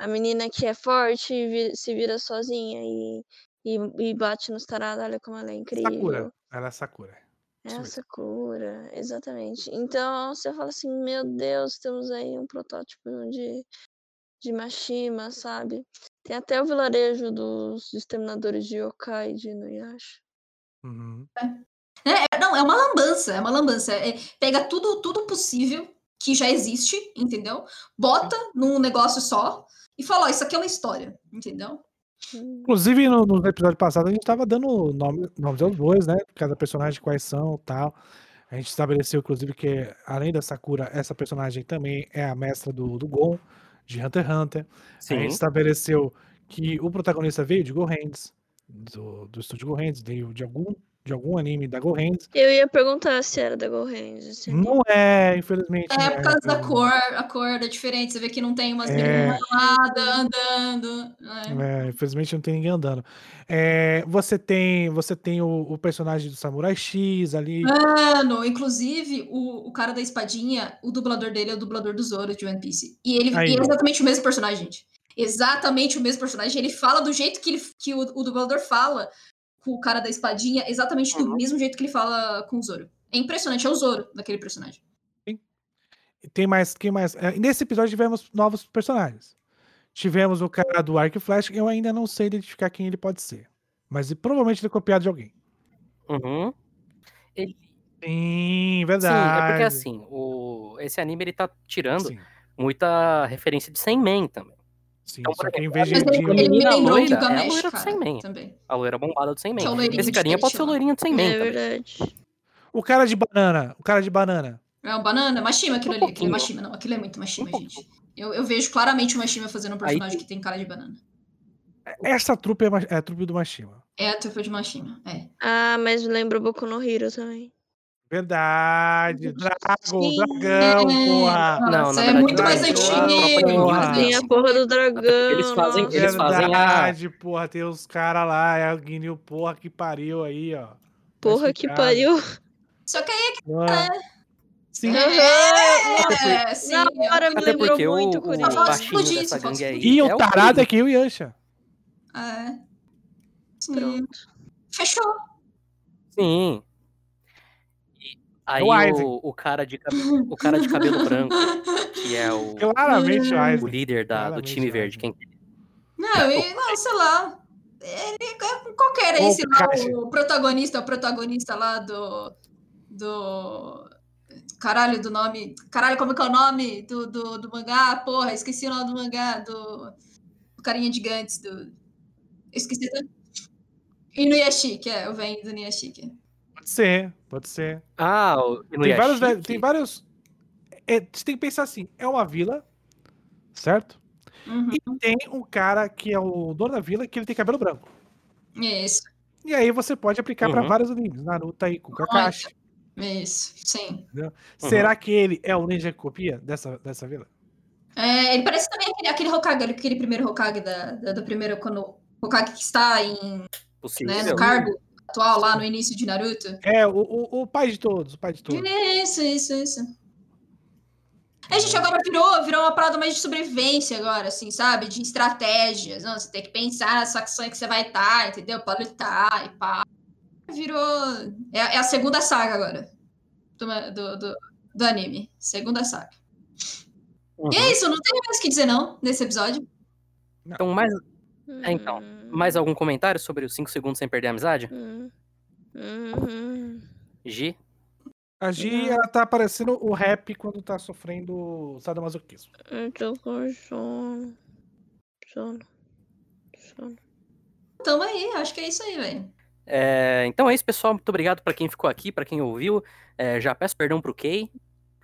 a menina que é forte e vi- se vira sozinha e, e, e bate nos tarados, olha como ela é incrível.
Sakura. Ela é Sakura.
É
isso
a
mesmo.
Sakura, exatamente. Então você fala assim, meu Deus, temos aí um protótipo de, de Mashima, sabe? Tem até o vilarejo dos exterminadores de Yokai de Inuyasha.
Uhum.
É, não, é uma lambança, é uma lambança. É, pega tudo, tudo possível que já existe, entendeu? Bota num negócio só e fala, ó, isso aqui é uma história, entendeu?
Hum,
Inclusive, no, no episódio passado, a gente tava dando nome, nomes aos bois, né? Cada personagem, quais são e tal. A gente estabeleceu, inclusive, que além da Sakura, essa personagem também é a mestra do, do Gon, de Hunter x Hunter. A gente estabeleceu que o protagonista veio de Gohands, do, do estúdio Gohands, veio de algum, de algum anime da Gohands.
Eu ia perguntar se era da assim. Gohands. esse anime.
Não é, infelizmente. né?
É
não
por causa da
infelizmente.
cor, a cor é diferente, você vê que não tem umas
Uhum. É.
meninas nada andando. né?
É, infelizmente não tem ninguém andando. É, você tem, você tem o, o personagem do Samurai X ali.
Mano, inclusive, o, o cara da espadinha, o dublador dele é o dublador do Zoro de One Piece. E ele
Aí,
e é
ó.
exatamente o mesmo personagem, gente. Exatamente o mesmo personagem. Ele fala do jeito que, ele, que o, o dublador fala com o cara da espadinha, exatamente do mesmo jeito que ele fala com o Zoro. É impressionante, é o Zoro daquele personagem.
E Tem mais, quem mais? É, nesse episódio tivemos novos personagens. Tivemos o cara do Arc Flash, eu ainda não sei identificar quem ele pode ser. Mas e provavelmente ele é copiado de alguém.
Uhum.
Sim,
Sim, é porque
verdade.
assim, o... esse anime ele tá tirando
Sim,
muita referência de Sem Man também.
sim.
Então, por
Só que em
exemplo,
vez de.
Mas ele,
de-
Menina
ele me lembrou
loira,
do
é a
Gamesh,
loira do
cara,
Sem Man.
também.
A loira bombada do Sem Man.
Que é o loirinho
Esse
de
carinha pode ser o
Taiwan.
loirinho do Sem Man.
É
também.
verdade.
O cara de banana. O cara de banana.
É o Banana, Mashima aquilo
Um
ali, aquilo é
pouquinho.
Mashima, não, aquilo é muito Mashima,
Um
gente. Eu, eu vejo claramente o Mashima fazendo um personagem que tem cara de banana.
Essa trupe é, ma- é a trupe do Mashima.
É a trupa de Mashima, é.
Ah, mas lembra o Boku no Hero também.
Ah,
Verdade. Drago,
Sim.
dragão, porra.
Nossa,
Não, na
é
verdade,
muito mais
não,
antigo.
a
é
tropa de
muito mais
Ah.
Tem a
antigo.
porra do
porque
dragão.
eles fazem-
nossa.
eles fazem a-
Verdade, porra. Tem os caras lá. É a Guinil, porra, que pariu aí, ó.
Porra que pariu.
É, Só que aí
Ah, Sim.
é, sim,
Na
é
hora me
Até
lembrou
porque o,
muito
o
Kuriri.
Só posso
baixinho
explodir,
dessa
só posso
gangue aí.
E
é
o tarado
Kuriri.
é que o Yasha.
É. Sim.
Pronto.
Fechou.
Sim. E aí
É o Isaac.
o, o cara de, cabe- o cara de cabelo branco, que é o,
Claramente, o
o
Isaac.
líder da- do
Claramente,
time verde,
Isaac.
quem
Não, e, não, sei lá. Ele é qualquer aí,
Ou
sei lá,
Kakashi.
o protagonista, o protagonista lá do. Do. Caralho, do nome. Caralho, como que é o nome do, do, do mangá? Porra, esqueci o nome do mangá, do. do Carinha de Gantz, do. eu Esqueci do. Inuyashiki, é, o venho do Inuyashiki.
Pode ser, pode ser.
Ah, o
Tem vários,
Inuyashiki.
velhos- tem vários. é, você tem que pensar assim: é uma vila, certo?
Uhum.
E tem um cara que é o dono da vila que ele tem cabelo branco.
Isso,
E aí você pode aplicar pra
Uhum.
vários animes, Naruto aí com Kakashi.
isso, sim.
Uhum.
Será que ele é o ninja que copia dessa, dessa vila?
É, ele parece também aquele, aquele Hokage, ele- aquele primeiro Hokage da, da, do primeiro, quando o Hokage que está em,
Possível.
né, no cargo atual lá no início de Naruto.
É, o, o, o pai de todos, o pai de todos.
Isso, isso, isso. É, gente, agora virou, virou uma parada mais de sobrevivência agora, assim, sabe? De estratégias. Não, você tem que pensar nas facções que você vai estar, entendeu? Pra lutar e pá. Virou... É, é a segunda saga agora do, ma- do, do, do anime. Segunda saga.
Uhum.
E é isso, não tem mais o que dizer não nesse episódio.
Então, mais, É, então,
Hum,
mais algum comentário sobre os 5 segundos sem perder a amizade?
hum, hum,
Gi?
A Gi, ela tá parecendo o rap quando tá sofrendo sadomasoquismo.
Eu tô com sono. Sono. Sono.
Tamo aí, acho que é isso aí, velho.
É, então é isso, pessoal. Muito obrigado pra quem ficou aqui, pra quem ouviu. É, já peço perdão pro Kay.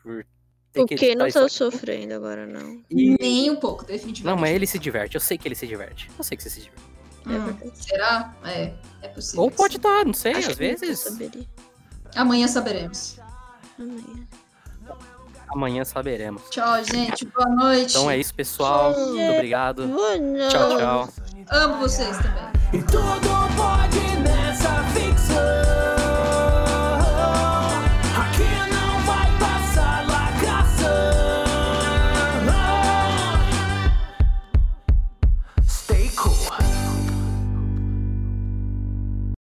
Por ter
O
que
que
editar
não
isso
tá
aqui.
sofrendo agora, não.
E-
Nem um pouco,
Não,
definitivamente.
mas ele se diverte. Eu sei que ele se diverte. Eu sei que você se diverte.
É
Hum,
verdade.
será? É, é possível.
Ou pode estar, não sei,
Acho
às
que nunca
vezes.
saberia.
Amanhã saberemos.
Amanhã.
Amanhã saberemos.
Tchau, gente. Boa noite.
Então é isso, pessoal.
Tchau.
Muito obrigado.
Boa
Tchau,
noite.
tchau.
Amo vocês também.
E todo